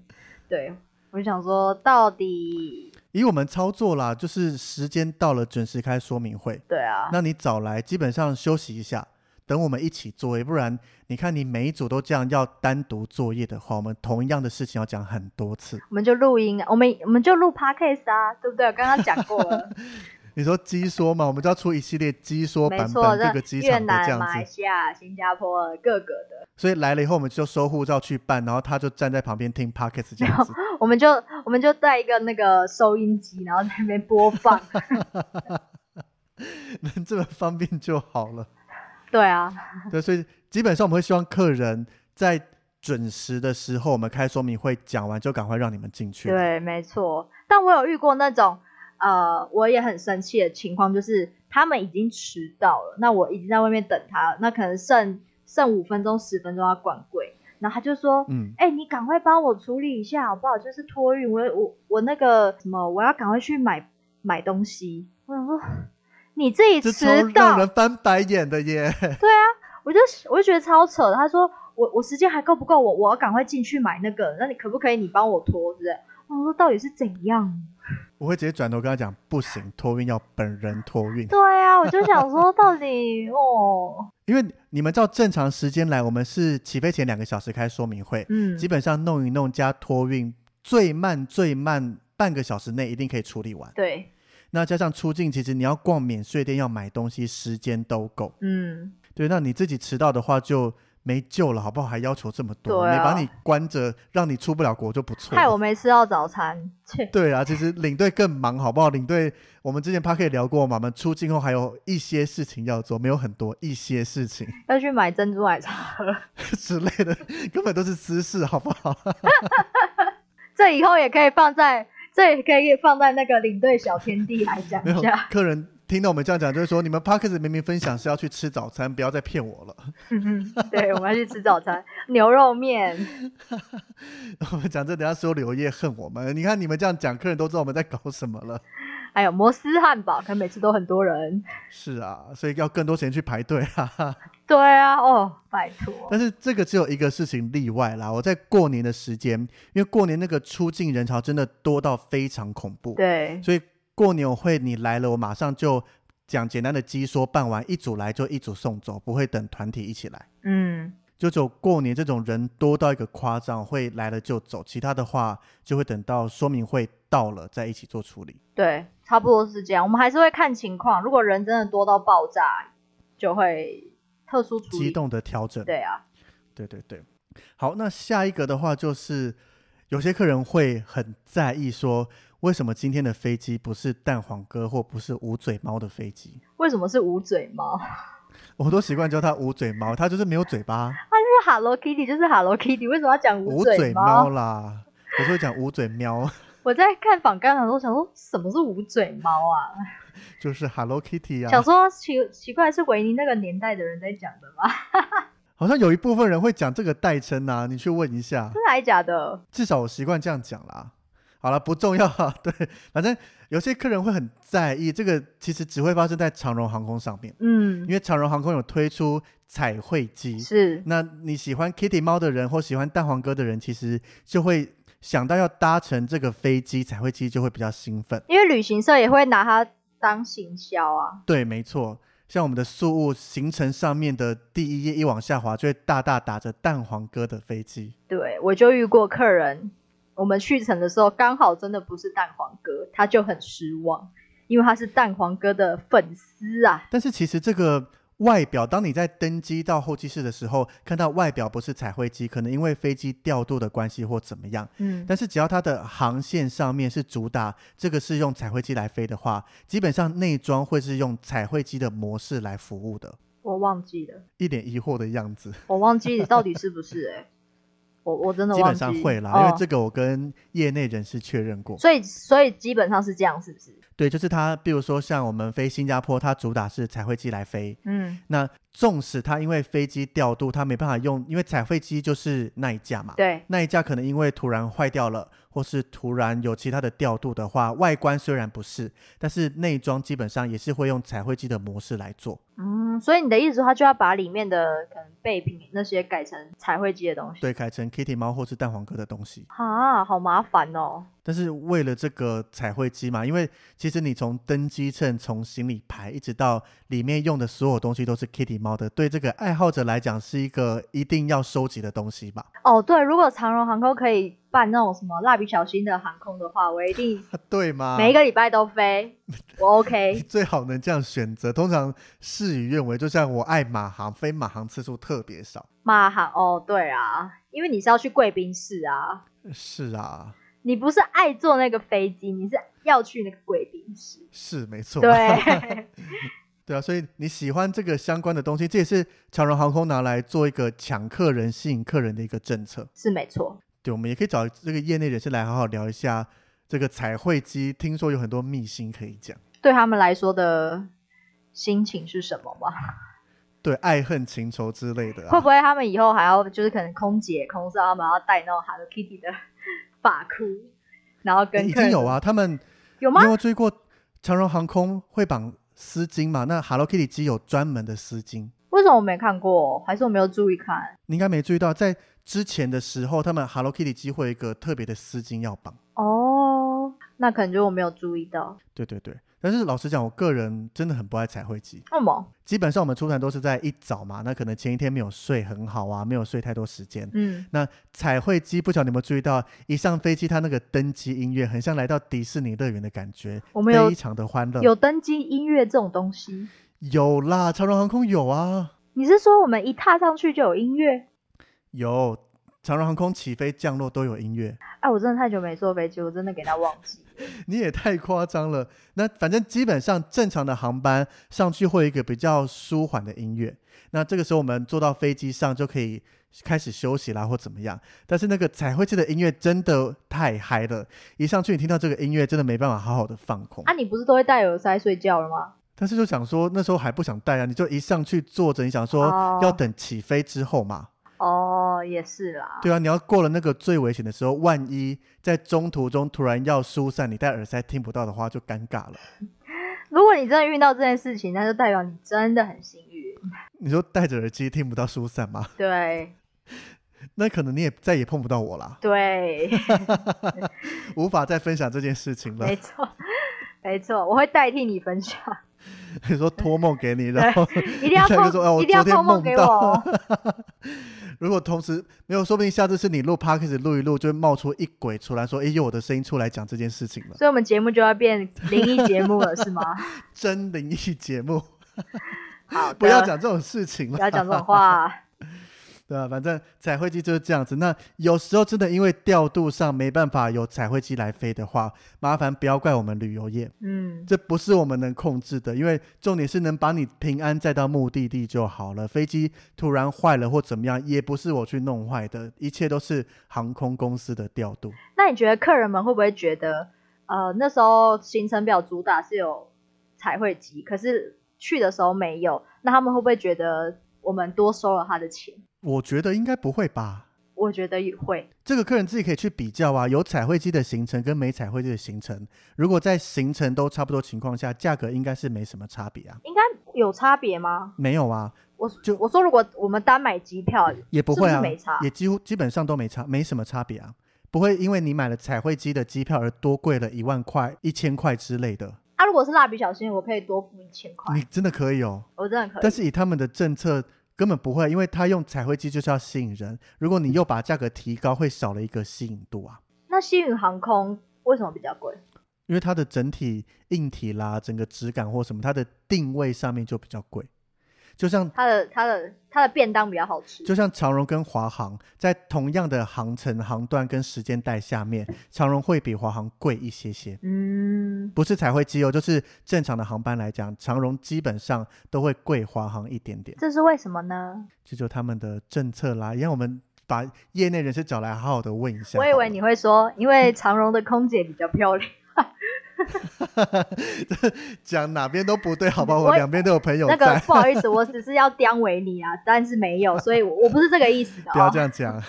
[SPEAKER 1] 对，我就想说，到底
[SPEAKER 2] 以我们操作啦，就是时间到了，准时开说明会。
[SPEAKER 1] 对啊，
[SPEAKER 2] 那你早来，基本上休息一下，等我们一起作业，不然你看你每一组都这样要单独作业的话，我们同样的事情要讲很多次。
[SPEAKER 1] 我们就录音，啊我们我们就录 podcast 啊，对不对？我刚刚讲 过了。
[SPEAKER 2] 你说鸡说嘛，我们就要出一系列鸡说
[SPEAKER 1] 没
[SPEAKER 2] 版
[SPEAKER 1] 错，
[SPEAKER 2] 本，
[SPEAKER 1] 这
[SPEAKER 2] 各个机
[SPEAKER 1] 越
[SPEAKER 2] 场的这
[SPEAKER 1] 南、马来
[SPEAKER 2] 样子。
[SPEAKER 1] 西亚、新加坡各个的，
[SPEAKER 2] 所以来了以后，我们就收护照去办，然后他就站在旁边听 podcast 这样子。
[SPEAKER 1] 我们就我们就带一个那个收音机，然后在那边播 放。
[SPEAKER 2] 能这么方便就好 了。
[SPEAKER 1] 对啊，
[SPEAKER 2] 对，所以基本上我们会希望客人在准时的时候，我们开说明会讲完就赶快让你们进去。，
[SPEAKER 1] 对，没错。但我有遇过那种，呃，我也很生气的情况，就是他们已经迟到了，那我已经在外面等他了，那可能剩剩五分钟、十分钟要关柜，然后他就说。
[SPEAKER 2] 嗯，
[SPEAKER 1] 哎、你赶快帮我处理一下好不好？就是托运，我我我那个什么，我要赶快去买买东西。我想说，你自己
[SPEAKER 2] 这
[SPEAKER 1] 迟
[SPEAKER 2] 超
[SPEAKER 1] 到
[SPEAKER 2] 让，人翻白眼的耶。
[SPEAKER 1] 我就我就觉得超扯的。他说我我时间还够不够？我我要赶快进去买那个，那你可不可以你帮我拖之类的？我说到底是怎样？啊
[SPEAKER 2] 我会直接转头跟他讲，不行，托运要本人托运，
[SPEAKER 1] 对啊，我就想说到底哦，
[SPEAKER 2] 因为你们照正常时间来，我们是起飞前两个小时开说明会，
[SPEAKER 1] 嗯
[SPEAKER 2] 基，本上弄一弄加托运，最慢最慢半个小时内一定可以处理完。
[SPEAKER 1] 对，
[SPEAKER 2] 那加上出境，其实你要逛免税店、要买东西，时间都够。
[SPEAKER 1] 嗯，
[SPEAKER 2] 对，那你自己迟到的话就没救了，好不好？还要求这么多，
[SPEAKER 1] 对啊
[SPEAKER 2] 你把你关着，让你出不了国就不错。
[SPEAKER 1] 害我没吃到早餐。切，
[SPEAKER 2] 对啊，其实领队更忙，好不好？领队，我们之前 p a 以聊过嘛，我们出境后还有一些事情要做，没有很多，一些事情
[SPEAKER 1] 要去买珍珠奶茶。
[SPEAKER 2] 之类的，根本都是私事，好不 好？
[SPEAKER 1] 啊这以后也可以放在，这也可以放在那个领队小天地来讲
[SPEAKER 2] 没有
[SPEAKER 1] 一下。
[SPEAKER 2] 客人听到我们这样讲，就会说你们 p a c a s 明明分享是要去吃早餐，不要再骗我了。
[SPEAKER 1] 嗯嗯 对，我们要去吃早餐，牛肉面。
[SPEAKER 2] 我们 讲这，等一下所有柳叶恨我们。你看你们这样讲，客人都知道我们在搞什么了。
[SPEAKER 1] 还有摩斯汉堡，可能每次都很多人。
[SPEAKER 2] 是啊，所以要更多时间去排队啊。
[SPEAKER 1] 对啊，哦，拜托。
[SPEAKER 2] 但是这个只有一个事情例外啦，我在过年的时间，因为过年那个出境人潮真的多到非常恐怖，
[SPEAKER 1] 对，
[SPEAKER 2] 所以过年我会你来了，我马上就讲简单的机说办完，一组来就一组送走，不会等团体一起来。
[SPEAKER 1] 嗯，
[SPEAKER 2] 就只有过年这种人多到一个夸张，会来了就走，其他的话就会等到说明会到了再一起做处理。
[SPEAKER 1] 对，差不多是这样。我们还是会看情况，如果人真的多到爆炸，就会特殊处
[SPEAKER 2] 激
[SPEAKER 1] 理。
[SPEAKER 2] 动的调整，
[SPEAKER 1] 对啊，
[SPEAKER 2] 对对对，好，那下一个的话就是，有些客人会很在意说，为什么今天的飞机不是蛋黄哥或不是无嘴猫的飞机？
[SPEAKER 1] 为什么是捂嘴猫？
[SPEAKER 2] 我都习惯叫它无嘴猫，它就是没有嘴巴。
[SPEAKER 1] 它就是 Hello Kitty 就是 Hello Kitty，为什么要讲
[SPEAKER 2] 捂
[SPEAKER 1] 嘴
[SPEAKER 2] 嘴猫
[SPEAKER 1] 猫？
[SPEAKER 2] 啦，我就会讲捂嘴喵，
[SPEAKER 1] 我在看访纲的时候想说，什么是捂嘴猫啊？
[SPEAKER 2] 就是 Hello Kitty
[SPEAKER 1] 想
[SPEAKER 2] 啊。
[SPEAKER 1] 说奇奇怪是维尼那个年代的人在讲的吗？
[SPEAKER 2] 好像有一部分人会讲这个代称啊，你去问一下。
[SPEAKER 1] 真的还假的？
[SPEAKER 2] 至少我习惯这样讲啦。好了，不重要啊。 对，反正有些客人会很在意，这个其实只会发生在长荣航空上面，因
[SPEAKER 1] 嗯，
[SPEAKER 2] 为长荣航空有推出彩绘机。
[SPEAKER 1] 是
[SPEAKER 2] 那你喜欢 Kitty 猫的人或喜欢蛋黄哥的人，其实就会想到要搭乘这个飞机彩绘机，就会比较兴奋。
[SPEAKER 1] 因为旅行社也会拿它当行销啊。
[SPEAKER 2] 对，没错。像我们的宿务行程上面的第一页一往下滑，就会大大打着蛋黄哥的飞机。
[SPEAKER 1] 对，我就遇过客人，我们去程的时候刚好真的不是蛋黄哥，他就很失望，因为他是蛋黄哥的粉丝啊。
[SPEAKER 2] 但是其实这个外表，当你在登机到候机室的时候，看到外表不是彩绘机，可能因为飞机调度的关系或怎么样。
[SPEAKER 1] 嗯，
[SPEAKER 2] 但是只要它的航线上面是主打这个是用彩绘机来飞的话，基本上内装会是用彩绘机的模式来服务的，
[SPEAKER 1] 我忘记了，
[SPEAKER 2] 一脸疑惑的样子，
[SPEAKER 1] 我忘记到底是不是哎、我我真的
[SPEAKER 2] 基
[SPEAKER 1] 忘
[SPEAKER 2] 本
[SPEAKER 1] 记。
[SPEAKER 2] 上会啦，因
[SPEAKER 1] 哦
[SPEAKER 2] 为这个我跟业内人士确认过。
[SPEAKER 1] 所以所以基本上是这样，是不是？
[SPEAKER 2] 对，就是它，比如说像我们飞新加坡，它主打是彩绘机来飞，
[SPEAKER 1] 嗯，
[SPEAKER 2] 那纵使它因为飞机调度，它没办法用，因为彩绘机就是那一架嘛，
[SPEAKER 1] 对，
[SPEAKER 2] 那一架可能因为突然坏掉了，或是突然有其他的调度的话，外观虽然不是，但是内装基本上也是会用彩绘机的模式来做。
[SPEAKER 1] 嗯，所以你的意思说他就要把里面的可能备品那些改成彩绘机的东西？
[SPEAKER 2] 对，改成 Kitty 猫或是蛋黄哥的东西。
[SPEAKER 1] 啊，好麻烦哦。
[SPEAKER 2] 但是为了这个彩绘机嘛，因为其实你从登机秤、从行李牌一直到里面用的所有东西都是 Kitty 猫的，对这个爱好者来讲是一个一定要收集的东西吧？
[SPEAKER 1] 哦，对，如果长荣航空可以办那种什么蜡笔小新的航空的话，我一定
[SPEAKER 2] 对吗？
[SPEAKER 1] 每一个礼拜都飞，我
[SPEAKER 2] 你
[SPEAKER 1] OK。
[SPEAKER 2] 最好能这样选择。通常事与愿违，就像我爱马航，飞马航次数特别少。
[SPEAKER 1] 马航哦，对啊，因为你是要去贵宾室啊，
[SPEAKER 2] 是啊，
[SPEAKER 1] 你不是爱坐那个飞机，你是要去那个贵宾室。
[SPEAKER 2] 是没错。
[SPEAKER 1] 对，
[SPEAKER 2] 对啊，所以你喜欢这个相关的东西，这也是长荣航空拿来做一个抢客人、吸引客人的一个政策。
[SPEAKER 1] 是没错。
[SPEAKER 2] 对，我们也可以找这个业内人士来好好聊一下这个彩绘机，听说有很多秘辛可以讲。
[SPEAKER 1] 对他们来说的心情是什么吗？
[SPEAKER 2] 对，爱恨情仇之类的、
[SPEAKER 1] 会
[SPEAKER 2] 啊
[SPEAKER 1] 不，会他们以后还要就是可能空姐、空少他们要带那种 Hello Kitty 的发箍，然后
[SPEAKER 2] 诶
[SPEAKER 1] 跟
[SPEAKER 2] 已
[SPEAKER 1] 客人
[SPEAKER 2] 经有啊，他们
[SPEAKER 1] 有
[SPEAKER 2] 你
[SPEAKER 1] 吗
[SPEAKER 2] 有没？有追过长荣航空会绑丝巾嘛？那 Hello Kitty 机有专门的丝巾。
[SPEAKER 1] 为什么我没看过？还是我没有注意看？
[SPEAKER 2] 你应该没注意到，在之前的时候，他们 Hello Kitty 机会有一个特别的丝巾要绑。
[SPEAKER 1] 哦，那可能就我没有注意到。
[SPEAKER 2] 对对对，但是老实讲，我个人真的很不爱彩绘机。
[SPEAKER 1] 为什么？
[SPEAKER 2] 基本上我们出团都是在一早嘛，那可能前一天没有睡很好啊，没有睡太多时间。
[SPEAKER 1] 嗯，
[SPEAKER 2] 那彩绘机不晓得你有没有注意到，一上飞机它那个登机音乐很像来到迪士尼乐园的感觉，
[SPEAKER 1] 我们有
[SPEAKER 2] 非常的欢乐。
[SPEAKER 1] 有登机音乐这种东西。
[SPEAKER 2] 有啦，长荣航空有啊，
[SPEAKER 1] 你是说我们一踏上去就有音乐？
[SPEAKER 2] 有长荣航空起飞降落都有音乐。
[SPEAKER 1] 哎，我真的太久没坐飞机，我真的给他忘记。
[SPEAKER 2] 你也太夸张了。那反正基本上正常的航班上去会有一个比较舒缓的音乐，那这个时候我们坐到飞机上就可以开始休息啦，或怎么样。但是那个彩绘机的音乐真的太嗨了，一上去你听到这个音乐，真的没办法好好的放空。
[SPEAKER 1] 啊，你不是都会戴耳塞睡觉了吗？
[SPEAKER 2] 但是就想说那时候还不想带啊，你就一上去坐着，你想说
[SPEAKER 1] 哦
[SPEAKER 2] 要等起飞之后嘛。
[SPEAKER 1] 哦，也是啦。
[SPEAKER 2] 对啊，你要过了那个最危险的时候，万一在中途中突然要疏散，你戴耳塞听不到的话，就尴尬了。
[SPEAKER 1] 如果你真的遇到这件事情，那就代表你真的很幸运。
[SPEAKER 2] 你说戴着耳机听不到疏散吗？
[SPEAKER 1] 对
[SPEAKER 2] 那可能你也再也碰不到我啦，
[SPEAKER 1] 对，
[SPEAKER 2] 无法再分享这件事情了
[SPEAKER 1] 没。错没错，我会代替你分享，
[SPEAKER 2] 你说托梦给 你，然后
[SPEAKER 1] 一定 要
[SPEAKER 2] 下一个说，哎，
[SPEAKER 1] 碰，
[SPEAKER 2] 我
[SPEAKER 1] 一定要
[SPEAKER 2] 昨天
[SPEAKER 1] 碰梦
[SPEAKER 2] 梦
[SPEAKER 1] 给
[SPEAKER 2] 到。
[SPEAKER 1] 我。
[SPEAKER 2] 如果同时没有，说不定下次是你录 podcast 录一录，就会冒出一鬼出来说，哎，有我的声音出来讲这件事情了，
[SPEAKER 1] 所以我们节目就要变灵异节目了，是吗？
[SPEAKER 2] 真灵异节目，
[SPEAKER 1] 好的，
[SPEAKER 2] 不要讲这种事情
[SPEAKER 1] 啊不
[SPEAKER 2] 了。
[SPEAKER 1] 要讲这种话。
[SPEAKER 2] 对啊，反正彩绘机就是这样子。那有时候真的因为调度上没办法有彩绘机来飞的话，麻烦不要怪我们旅游业，
[SPEAKER 1] 嗯，
[SPEAKER 2] 这不是我们能控制的。因为重点是能把你平安载到目的地就好了。飞机突然坏了或怎么样，也不是我去弄坏的，一切都是航空公司的调度。
[SPEAKER 1] 那你觉得客人们会不会觉得，呃，那时候行程表主打是有彩绘机，可是去的时候没有，那他们会不会觉得我们多收了他的钱？
[SPEAKER 2] 我觉得应该不会吧。
[SPEAKER 1] 我觉得也会，
[SPEAKER 2] 这个客人自己可以去比较啊，有彩绘机的行程跟没彩绘机的行程，如果在行程都差不多情况下，价格应该是没什么差别啊。
[SPEAKER 1] 应该有差别吗？
[SPEAKER 2] 没有啊，
[SPEAKER 1] 我
[SPEAKER 2] 就
[SPEAKER 1] 我说，如果我们单买机票，
[SPEAKER 2] 也不会啊，
[SPEAKER 1] 是不是没差
[SPEAKER 2] 也几乎基本上都没差，没什么差别啊，不会因为你买了彩绘机的机票而多贵了一万块、一千块之类的。
[SPEAKER 1] 啊，如果是蜡笔小新，我可以多付一千块
[SPEAKER 2] 你，真的可以哦，
[SPEAKER 1] 我真的可以。
[SPEAKER 2] 但是以他们的政策根本不会，因为他用彩绘机就是要吸引人，如果你又把价格提高，会少了一个吸引度啊。
[SPEAKER 1] 那星宇航空为什么比较贵？
[SPEAKER 2] 因为它的整体硬体啦、整个质感或什么，它的定位上面就比较贵。就像
[SPEAKER 1] 它的它的它的便当比较好吃，
[SPEAKER 2] 就像长荣跟华航在同样的航程、航段跟时间带下面，长荣会比华航贵一些些。
[SPEAKER 1] 嗯，
[SPEAKER 2] 不是彩绘机哦，就是正常的航班来讲，长荣基本上都会贵华航一点点，
[SPEAKER 1] 这是为什么呢？
[SPEAKER 2] 这就是他们的政策啦。让我们把业内人士找来，好好的问一下好
[SPEAKER 1] 我
[SPEAKER 2] 了。
[SPEAKER 1] 以为你会说，因为长荣的空姐比较漂亮，
[SPEAKER 2] 讲哪边都不对，好吧？我
[SPEAKER 1] 我
[SPEAKER 2] 两边都有朋友在，
[SPEAKER 1] 那个哦不好意思，我只是要刁维你啊，但是没有，所以我我不是这个意思的、
[SPEAKER 2] 不要
[SPEAKER 1] 哦
[SPEAKER 2] 这，样讲。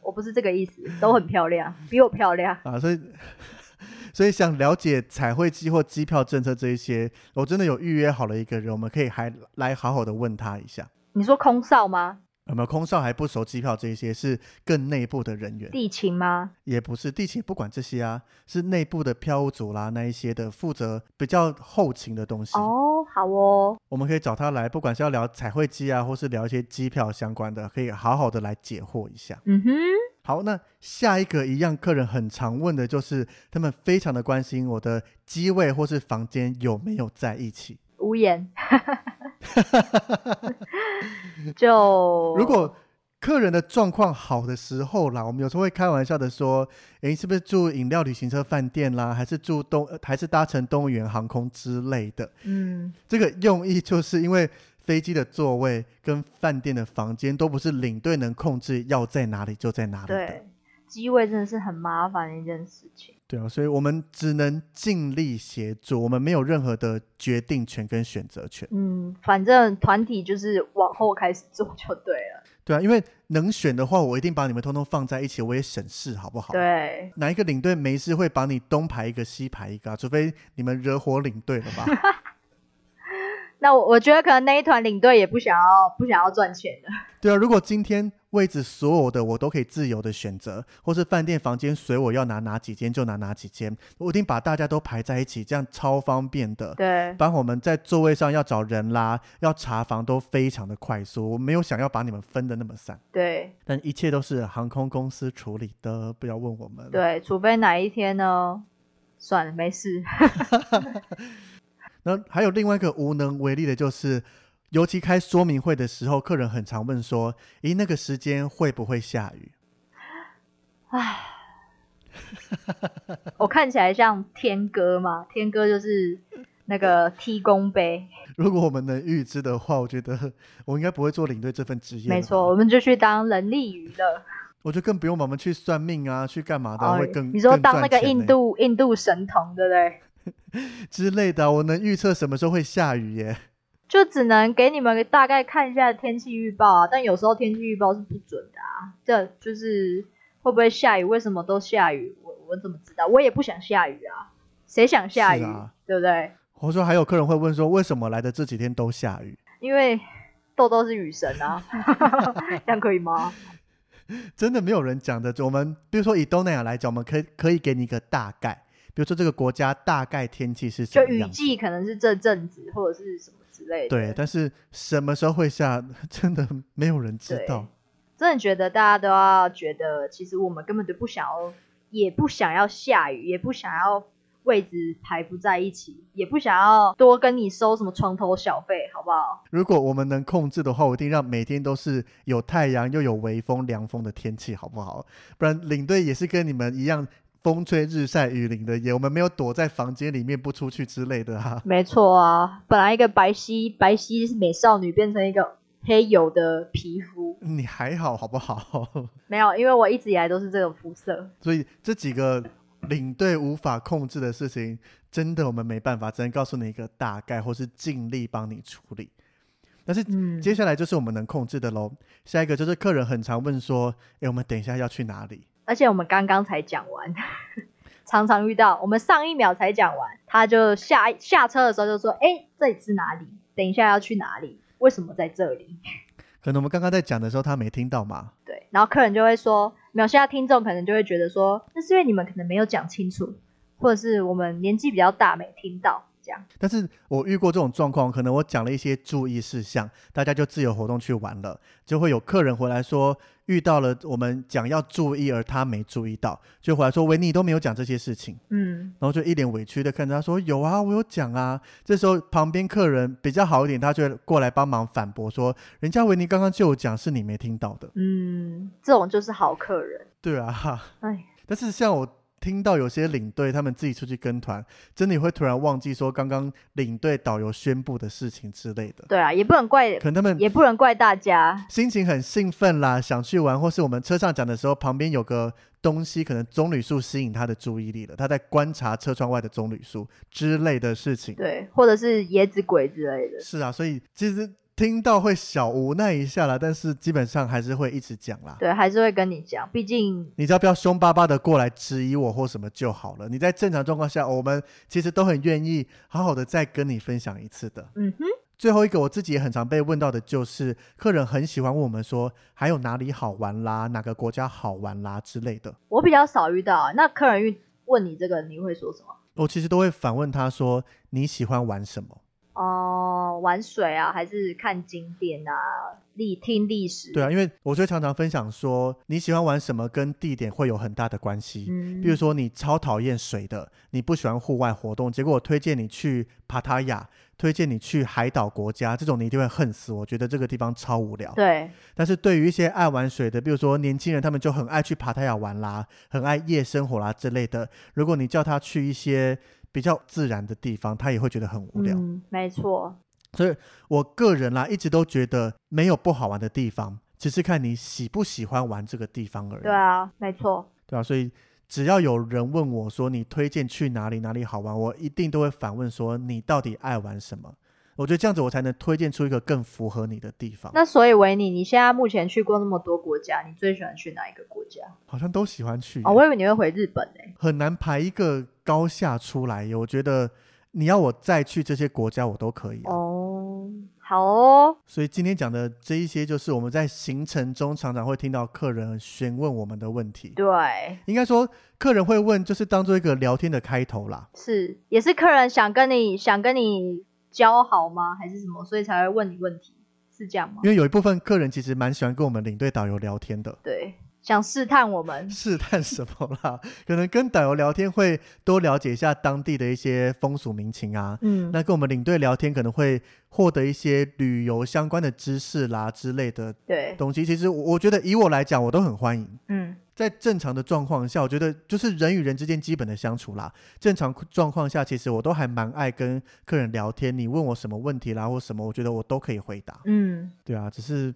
[SPEAKER 1] 我不是这个意思，都很漂亮，比我漂亮。
[SPEAKER 2] 啊，所以 所以想了解彩绘机或机票政策这一些，我真的有预约好了一个人，我们可以还来好好的问他一下。
[SPEAKER 1] 你说空少吗？
[SPEAKER 2] 有没有空少还不熟机票这一些，是更内部的人员，
[SPEAKER 1] 地勤吗？
[SPEAKER 2] 也不是地勤也不管这些啊，是内部的票务组啦那一些的负责比较后勤的东西。
[SPEAKER 1] 哦，好哦，
[SPEAKER 2] 我们可以找他来，不管是要聊彩绘机啊，或是聊一些机票相关的，可以好好的来解惑一下。
[SPEAKER 1] 嗯哼，
[SPEAKER 2] 好，那下一个一样，客人很常问的就是，他们非常的关心我的机位或是房间有没有在一起。
[SPEAKER 1] 无言。就
[SPEAKER 2] 如果客人的状况好的时候啦，我们有时候会开玩笑的说，诶，你是不是住饮料旅行车饭店啦，还是住东，呃还是搭乘动物园航空之类的？
[SPEAKER 1] 嗯，
[SPEAKER 2] 这个用意就是因为飞机的座位跟饭店的房间都不是领队能控制，要在哪里就在哪里的。
[SPEAKER 1] 对，机位真的是很麻烦的一件事情。
[SPEAKER 2] 对啊，所以我们只能尽力协助，我们没有任何的决定权跟选择权。
[SPEAKER 1] 嗯，反正团体就是往后开始做就对了。
[SPEAKER 2] 对啊，因为能选的话，我一定把你们通通放在一起，我也省事，好不好？，
[SPEAKER 1] 对，
[SPEAKER 2] 哪一个领队没事会把你东排一个西排一个啊？除非你们惹火领队了吧？
[SPEAKER 1] 那我我觉得可能那一团领队也不想要不想要赚钱的。
[SPEAKER 2] 对啊，如果今天位置所有的我都可以自由的选择，或是饭店房间随我要拿哪几间就拿哪几间，我一定把大家都排在一起，这样超方便的。
[SPEAKER 1] 对，
[SPEAKER 2] 帮我们在座位上要找人啦，要查房都非常的快速，我没有想要把你们分的那么散，
[SPEAKER 1] 对
[SPEAKER 2] 但一切都是航空公司处理的，不要问我们。，
[SPEAKER 1] 对，除非哪一天呢？算了，没事。
[SPEAKER 2] 那还有另外一个无能为力的就是。尤其开说明会的时候，客人很常问说：“咦，那个时间会不会下雨
[SPEAKER 1] 我看起来像天哥嘛，天哥就是那个踢公杯，？”
[SPEAKER 2] 如果我们能预知的话，我觉得我应该不会做领队这份职业。
[SPEAKER 1] 没错，，我们就去当人力娱乐。
[SPEAKER 2] 我就更不用我们去算命啊，去干嘛的，
[SPEAKER 1] 哦
[SPEAKER 2] 会更
[SPEAKER 1] 你说
[SPEAKER 2] 更
[SPEAKER 1] 当那
[SPEAKER 2] 赚
[SPEAKER 1] 个
[SPEAKER 2] 钱
[SPEAKER 1] 印
[SPEAKER 2] 呢
[SPEAKER 1] 度印度神童，对不对？
[SPEAKER 2] 之类的啊、我能预测什么时候会下雨耶。
[SPEAKER 1] 就只能给你们大概看一下天气预报啊，但有时候天气预报是不准的啊。这就是会不会下雨？为什么都下雨？我我怎么知道？我也不想下雨啊，谁想下雨？
[SPEAKER 2] 是啊
[SPEAKER 1] 对不对？
[SPEAKER 2] 我说还有客人会问说，为什么来的这几天都下雨？
[SPEAKER 1] 因为豆豆是雨神 啊， 这样可以吗？
[SPEAKER 2] 真的没有人讲的。我们比如说以东南亚来讲，我们可以可以给你一个大概，比如说这个国家大概天气是什
[SPEAKER 1] 就
[SPEAKER 2] 么
[SPEAKER 1] 雨
[SPEAKER 2] 样子。
[SPEAKER 1] 季可能是这阵子或者是什么之类的。
[SPEAKER 2] 对，但是什么时候会下， 真的没有人知道。
[SPEAKER 1] 真的觉得大家都要觉得，其实我们根本就不想要，也不想要下雨，也不想要位置排不在一起，也不想要多跟你收什么床头小费，好不好？
[SPEAKER 2] 如果我们能控制的话，我一定让每天都是有太阳又有微风、凉风的天气，好不好？不然领队也是跟你们一样，风吹日晒雨淋的，也我们没有躲在房间里面不出去之类的啊。
[SPEAKER 1] 没错啊，本来一个白皙白皙美少女变成一个黑黝的皮肤，
[SPEAKER 2] 你还好好不好？
[SPEAKER 1] 没有，因为我一直以来都是这种肤色。
[SPEAKER 2] 所以这几个领队无法控制的事情，真的我们没办法，只能告诉你一个大概，或是尽力帮你处理。但是
[SPEAKER 1] 嗯，
[SPEAKER 2] 接下来就是我们能控制的喽。下一个就是客人很常问说：“诶，我们等一下要去哪里
[SPEAKER 1] 而且我们刚刚才讲完， 常常遇到，我们上一秒才讲完，他就下下车的时候就说：“哎，这里是哪里？等一下要去哪里？为什么在这里？”？”
[SPEAKER 2] 可能我们刚刚在讲的时候，他没听到嘛。
[SPEAKER 1] 对，然后客人就会说，没有，现在听众可能就会觉得说，那是因为你们可能没有讲清楚，或者是我们年纪比较大没听到这样。
[SPEAKER 2] 但是我遇过这种状况，可能我讲了一些注意事项，大家就自由活动去玩了，就会有客人回来说遇到了我们讲要注意，而他没注意到，就回来说：“维尼都没有讲这些事情。”
[SPEAKER 1] 嗯，
[SPEAKER 2] 然后就一脸委屈的看着他说：“有啊，我有讲啊。”这时候旁边客人比较好一点，他就会过来帮忙反驳说：“人家维尼刚刚就有讲，是你没听到的。
[SPEAKER 1] 嗯，这种就是好客人。”
[SPEAKER 2] 对啊，
[SPEAKER 1] 哎，
[SPEAKER 2] 但是像我听到有些领队他们自己出去跟团，真的也会突然忘记说刚刚领队导游宣布的事情之类的，
[SPEAKER 1] 对啊，也不能怪，
[SPEAKER 2] 可能他们
[SPEAKER 1] 也不能怪大家。
[SPEAKER 2] 心情很兴奋啦，想去玩，或是我们车上讲的时候，旁边有个东西，可能棕榈树吸引他的注意力了，他在观察车窗外的棕榈树之类的事情。
[SPEAKER 1] 对，或者是椰子鬼之类的，
[SPEAKER 2] 是啊，所以其实听到会小无奈一下啦，但是基本上还是会一直讲啦。
[SPEAKER 1] 对，还是会跟你讲，毕竟
[SPEAKER 2] 你只要不要凶巴巴的过来质疑我或什么就好了。你在正常状况下，我们其实都很愿意好好的再跟你分享一次的。
[SPEAKER 1] 嗯哼，
[SPEAKER 2] 最后一个我自己也很常被问到的就是，客人很喜欢问我们说，还有哪里好玩啦，哪个国家好玩啦之类的。
[SPEAKER 1] 我比较少遇到啊。那客人遇问你这个，你会说什么？
[SPEAKER 2] 我其实都会反问他说你喜欢玩什么？
[SPEAKER 1] 哦、玩水啊，还是看景点啊，历听历史？
[SPEAKER 2] 对啊，因为我就会常常分享说你喜欢玩什么跟地点会有很大的关系。
[SPEAKER 1] 嗯，
[SPEAKER 2] 比如说你超讨厌水的，你不喜欢户外活动，结果我推荐你去帕塔亚，推荐你去海岛国家，这种你一定会恨死。我觉得这个地方超无聊。
[SPEAKER 1] 对，
[SPEAKER 2] 但是对于一些爱玩水的，比如说年轻人，他们就很爱去帕塔亚玩啦，很爱夜生活啦之类的。如果你叫他去一些比较自然的地方，他也会觉得很无聊。
[SPEAKER 1] 嗯，没错，
[SPEAKER 2] 所以我个人啦，一直都觉得没有不好玩的地方，只是看你喜不喜欢玩这个地方而已。
[SPEAKER 1] 对啊，没错，
[SPEAKER 2] 对啊，所以只要有人问我说你推荐去哪里哪里好玩，我一定都会反问说你到底爱玩什么？我觉得这样子我才能推荐出一个更符合你的地方。
[SPEAKER 1] 那所以维尼，你现在目前去过那么多国家，你最喜欢去哪一个国家？
[SPEAKER 2] 好像都喜欢去耶，
[SPEAKER 1] 哦，我以为你会回日本呢、
[SPEAKER 2] 很难排一个高下出来耶。我觉得你要我再去这些国家，我都可以、啊。
[SPEAKER 1] 哦，好哦，
[SPEAKER 2] 所以今天讲的这一些，就是我们在行程中常常会听到客人询问我们的问题。
[SPEAKER 1] 对，
[SPEAKER 2] 应该说，客人会问，就是当做一个聊天的开头啦。
[SPEAKER 1] 是，也是客人想跟你想跟你交好吗？还是什么？所以才会问你问题，是这样吗？嗯
[SPEAKER 2] 因为有一部分客人其实蛮喜欢跟我们领队导游聊天的，
[SPEAKER 1] 对，想试探我 们。
[SPEAKER 2] 试探什么啦？ 可能跟导游聊天会多了解一下当地的一些风俗民情啊。
[SPEAKER 1] 嗯，
[SPEAKER 2] 那跟我们领队聊天可能会获得一些旅游相关的知识啦之类的
[SPEAKER 1] 对，
[SPEAKER 2] 东西。其实我我觉得以我来讲，我都很欢迎。
[SPEAKER 1] 嗯，
[SPEAKER 2] 在正常的状况下，我觉得就是人与人之间基本的相处啦。正常状况下，其实我都还蛮爱跟客人聊天。你问我什么问题啦，或什么，我觉得我都可以回答。
[SPEAKER 1] 嗯。
[SPEAKER 2] 对啊，只是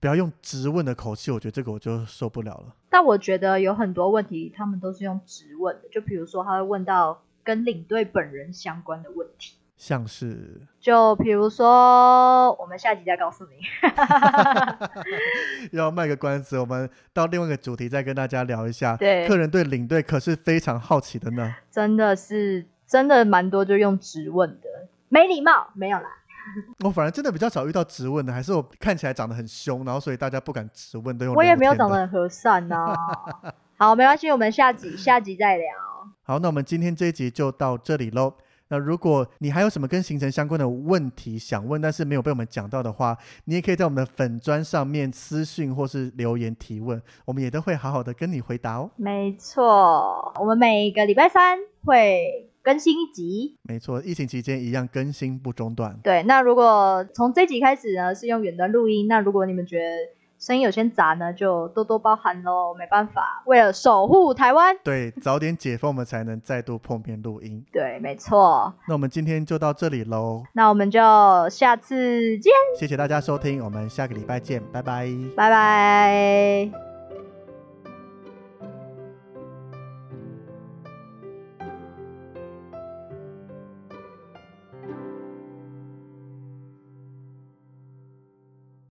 [SPEAKER 2] 不要用质问的口气，我觉得这个我就受不了了。
[SPEAKER 1] 但我觉得有很多问题，他们都是用直问的，就比如说他会问到跟领队本人相关的问题，
[SPEAKER 2] 像是
[SPEAKER 1] 就比如说我们下集再告诉你。
[SPEAKER 2] 要卖个关子，我们到另外一个主题再跟大家聊一下。
[SPEAKER 1] 对
[SPEAKER 2] 客人对领队可是非常好奇的呢。
[SPEAKER 1] 真的是真的蛮多就用质问的，没礼貌没有啦。
[SPEAKER 2] 我反而真的比较少遇到质问的，还是我看起来长得很凶，然后所以大家不敢质问，都用
[SPEAKER 1] 我也没有
[SPEAKER 2] 哦聊天
[SPEAKER 1] 长
[SPEAKER 2] 的
[SPEAKER 1] 得很和 善呐、好，没关系，我们下集下集再聊。
[SPEAKER 2] 好，那我们今天这一集就到这里喽。那如果你还有什么跟行程相关的问题想问，但是没有被我们讲到的话，你也可以在我们的粉砖上面私讯或是留言提问，我们也都会好好的跟你回答哦。
[SPEAKER 1] 没错，我们每个礼拜三会更新一集。
[SPEAKER 2] 没错，疫情期间一样更新不中断。
[SPEAKER 1] 对，那如果从这集开始呢，是用远端录音，那如果你们觉得声音有些杂呢，就多多包涵喽，没办法，为了守护台湾。
[SPEAKER 2] 对，早点解封，我们才能再度碰面录音。
[SPEAKER 1] 对，没错，
[SPEAKER 2] 那我们今天就到这里喽，
[SPEAKER 1] 那我们就下次见，
[SPEAKER 2] 谢谢大家收听，我们下个礼拜见，拜拜。
[SPEAKER 1] 拜拜。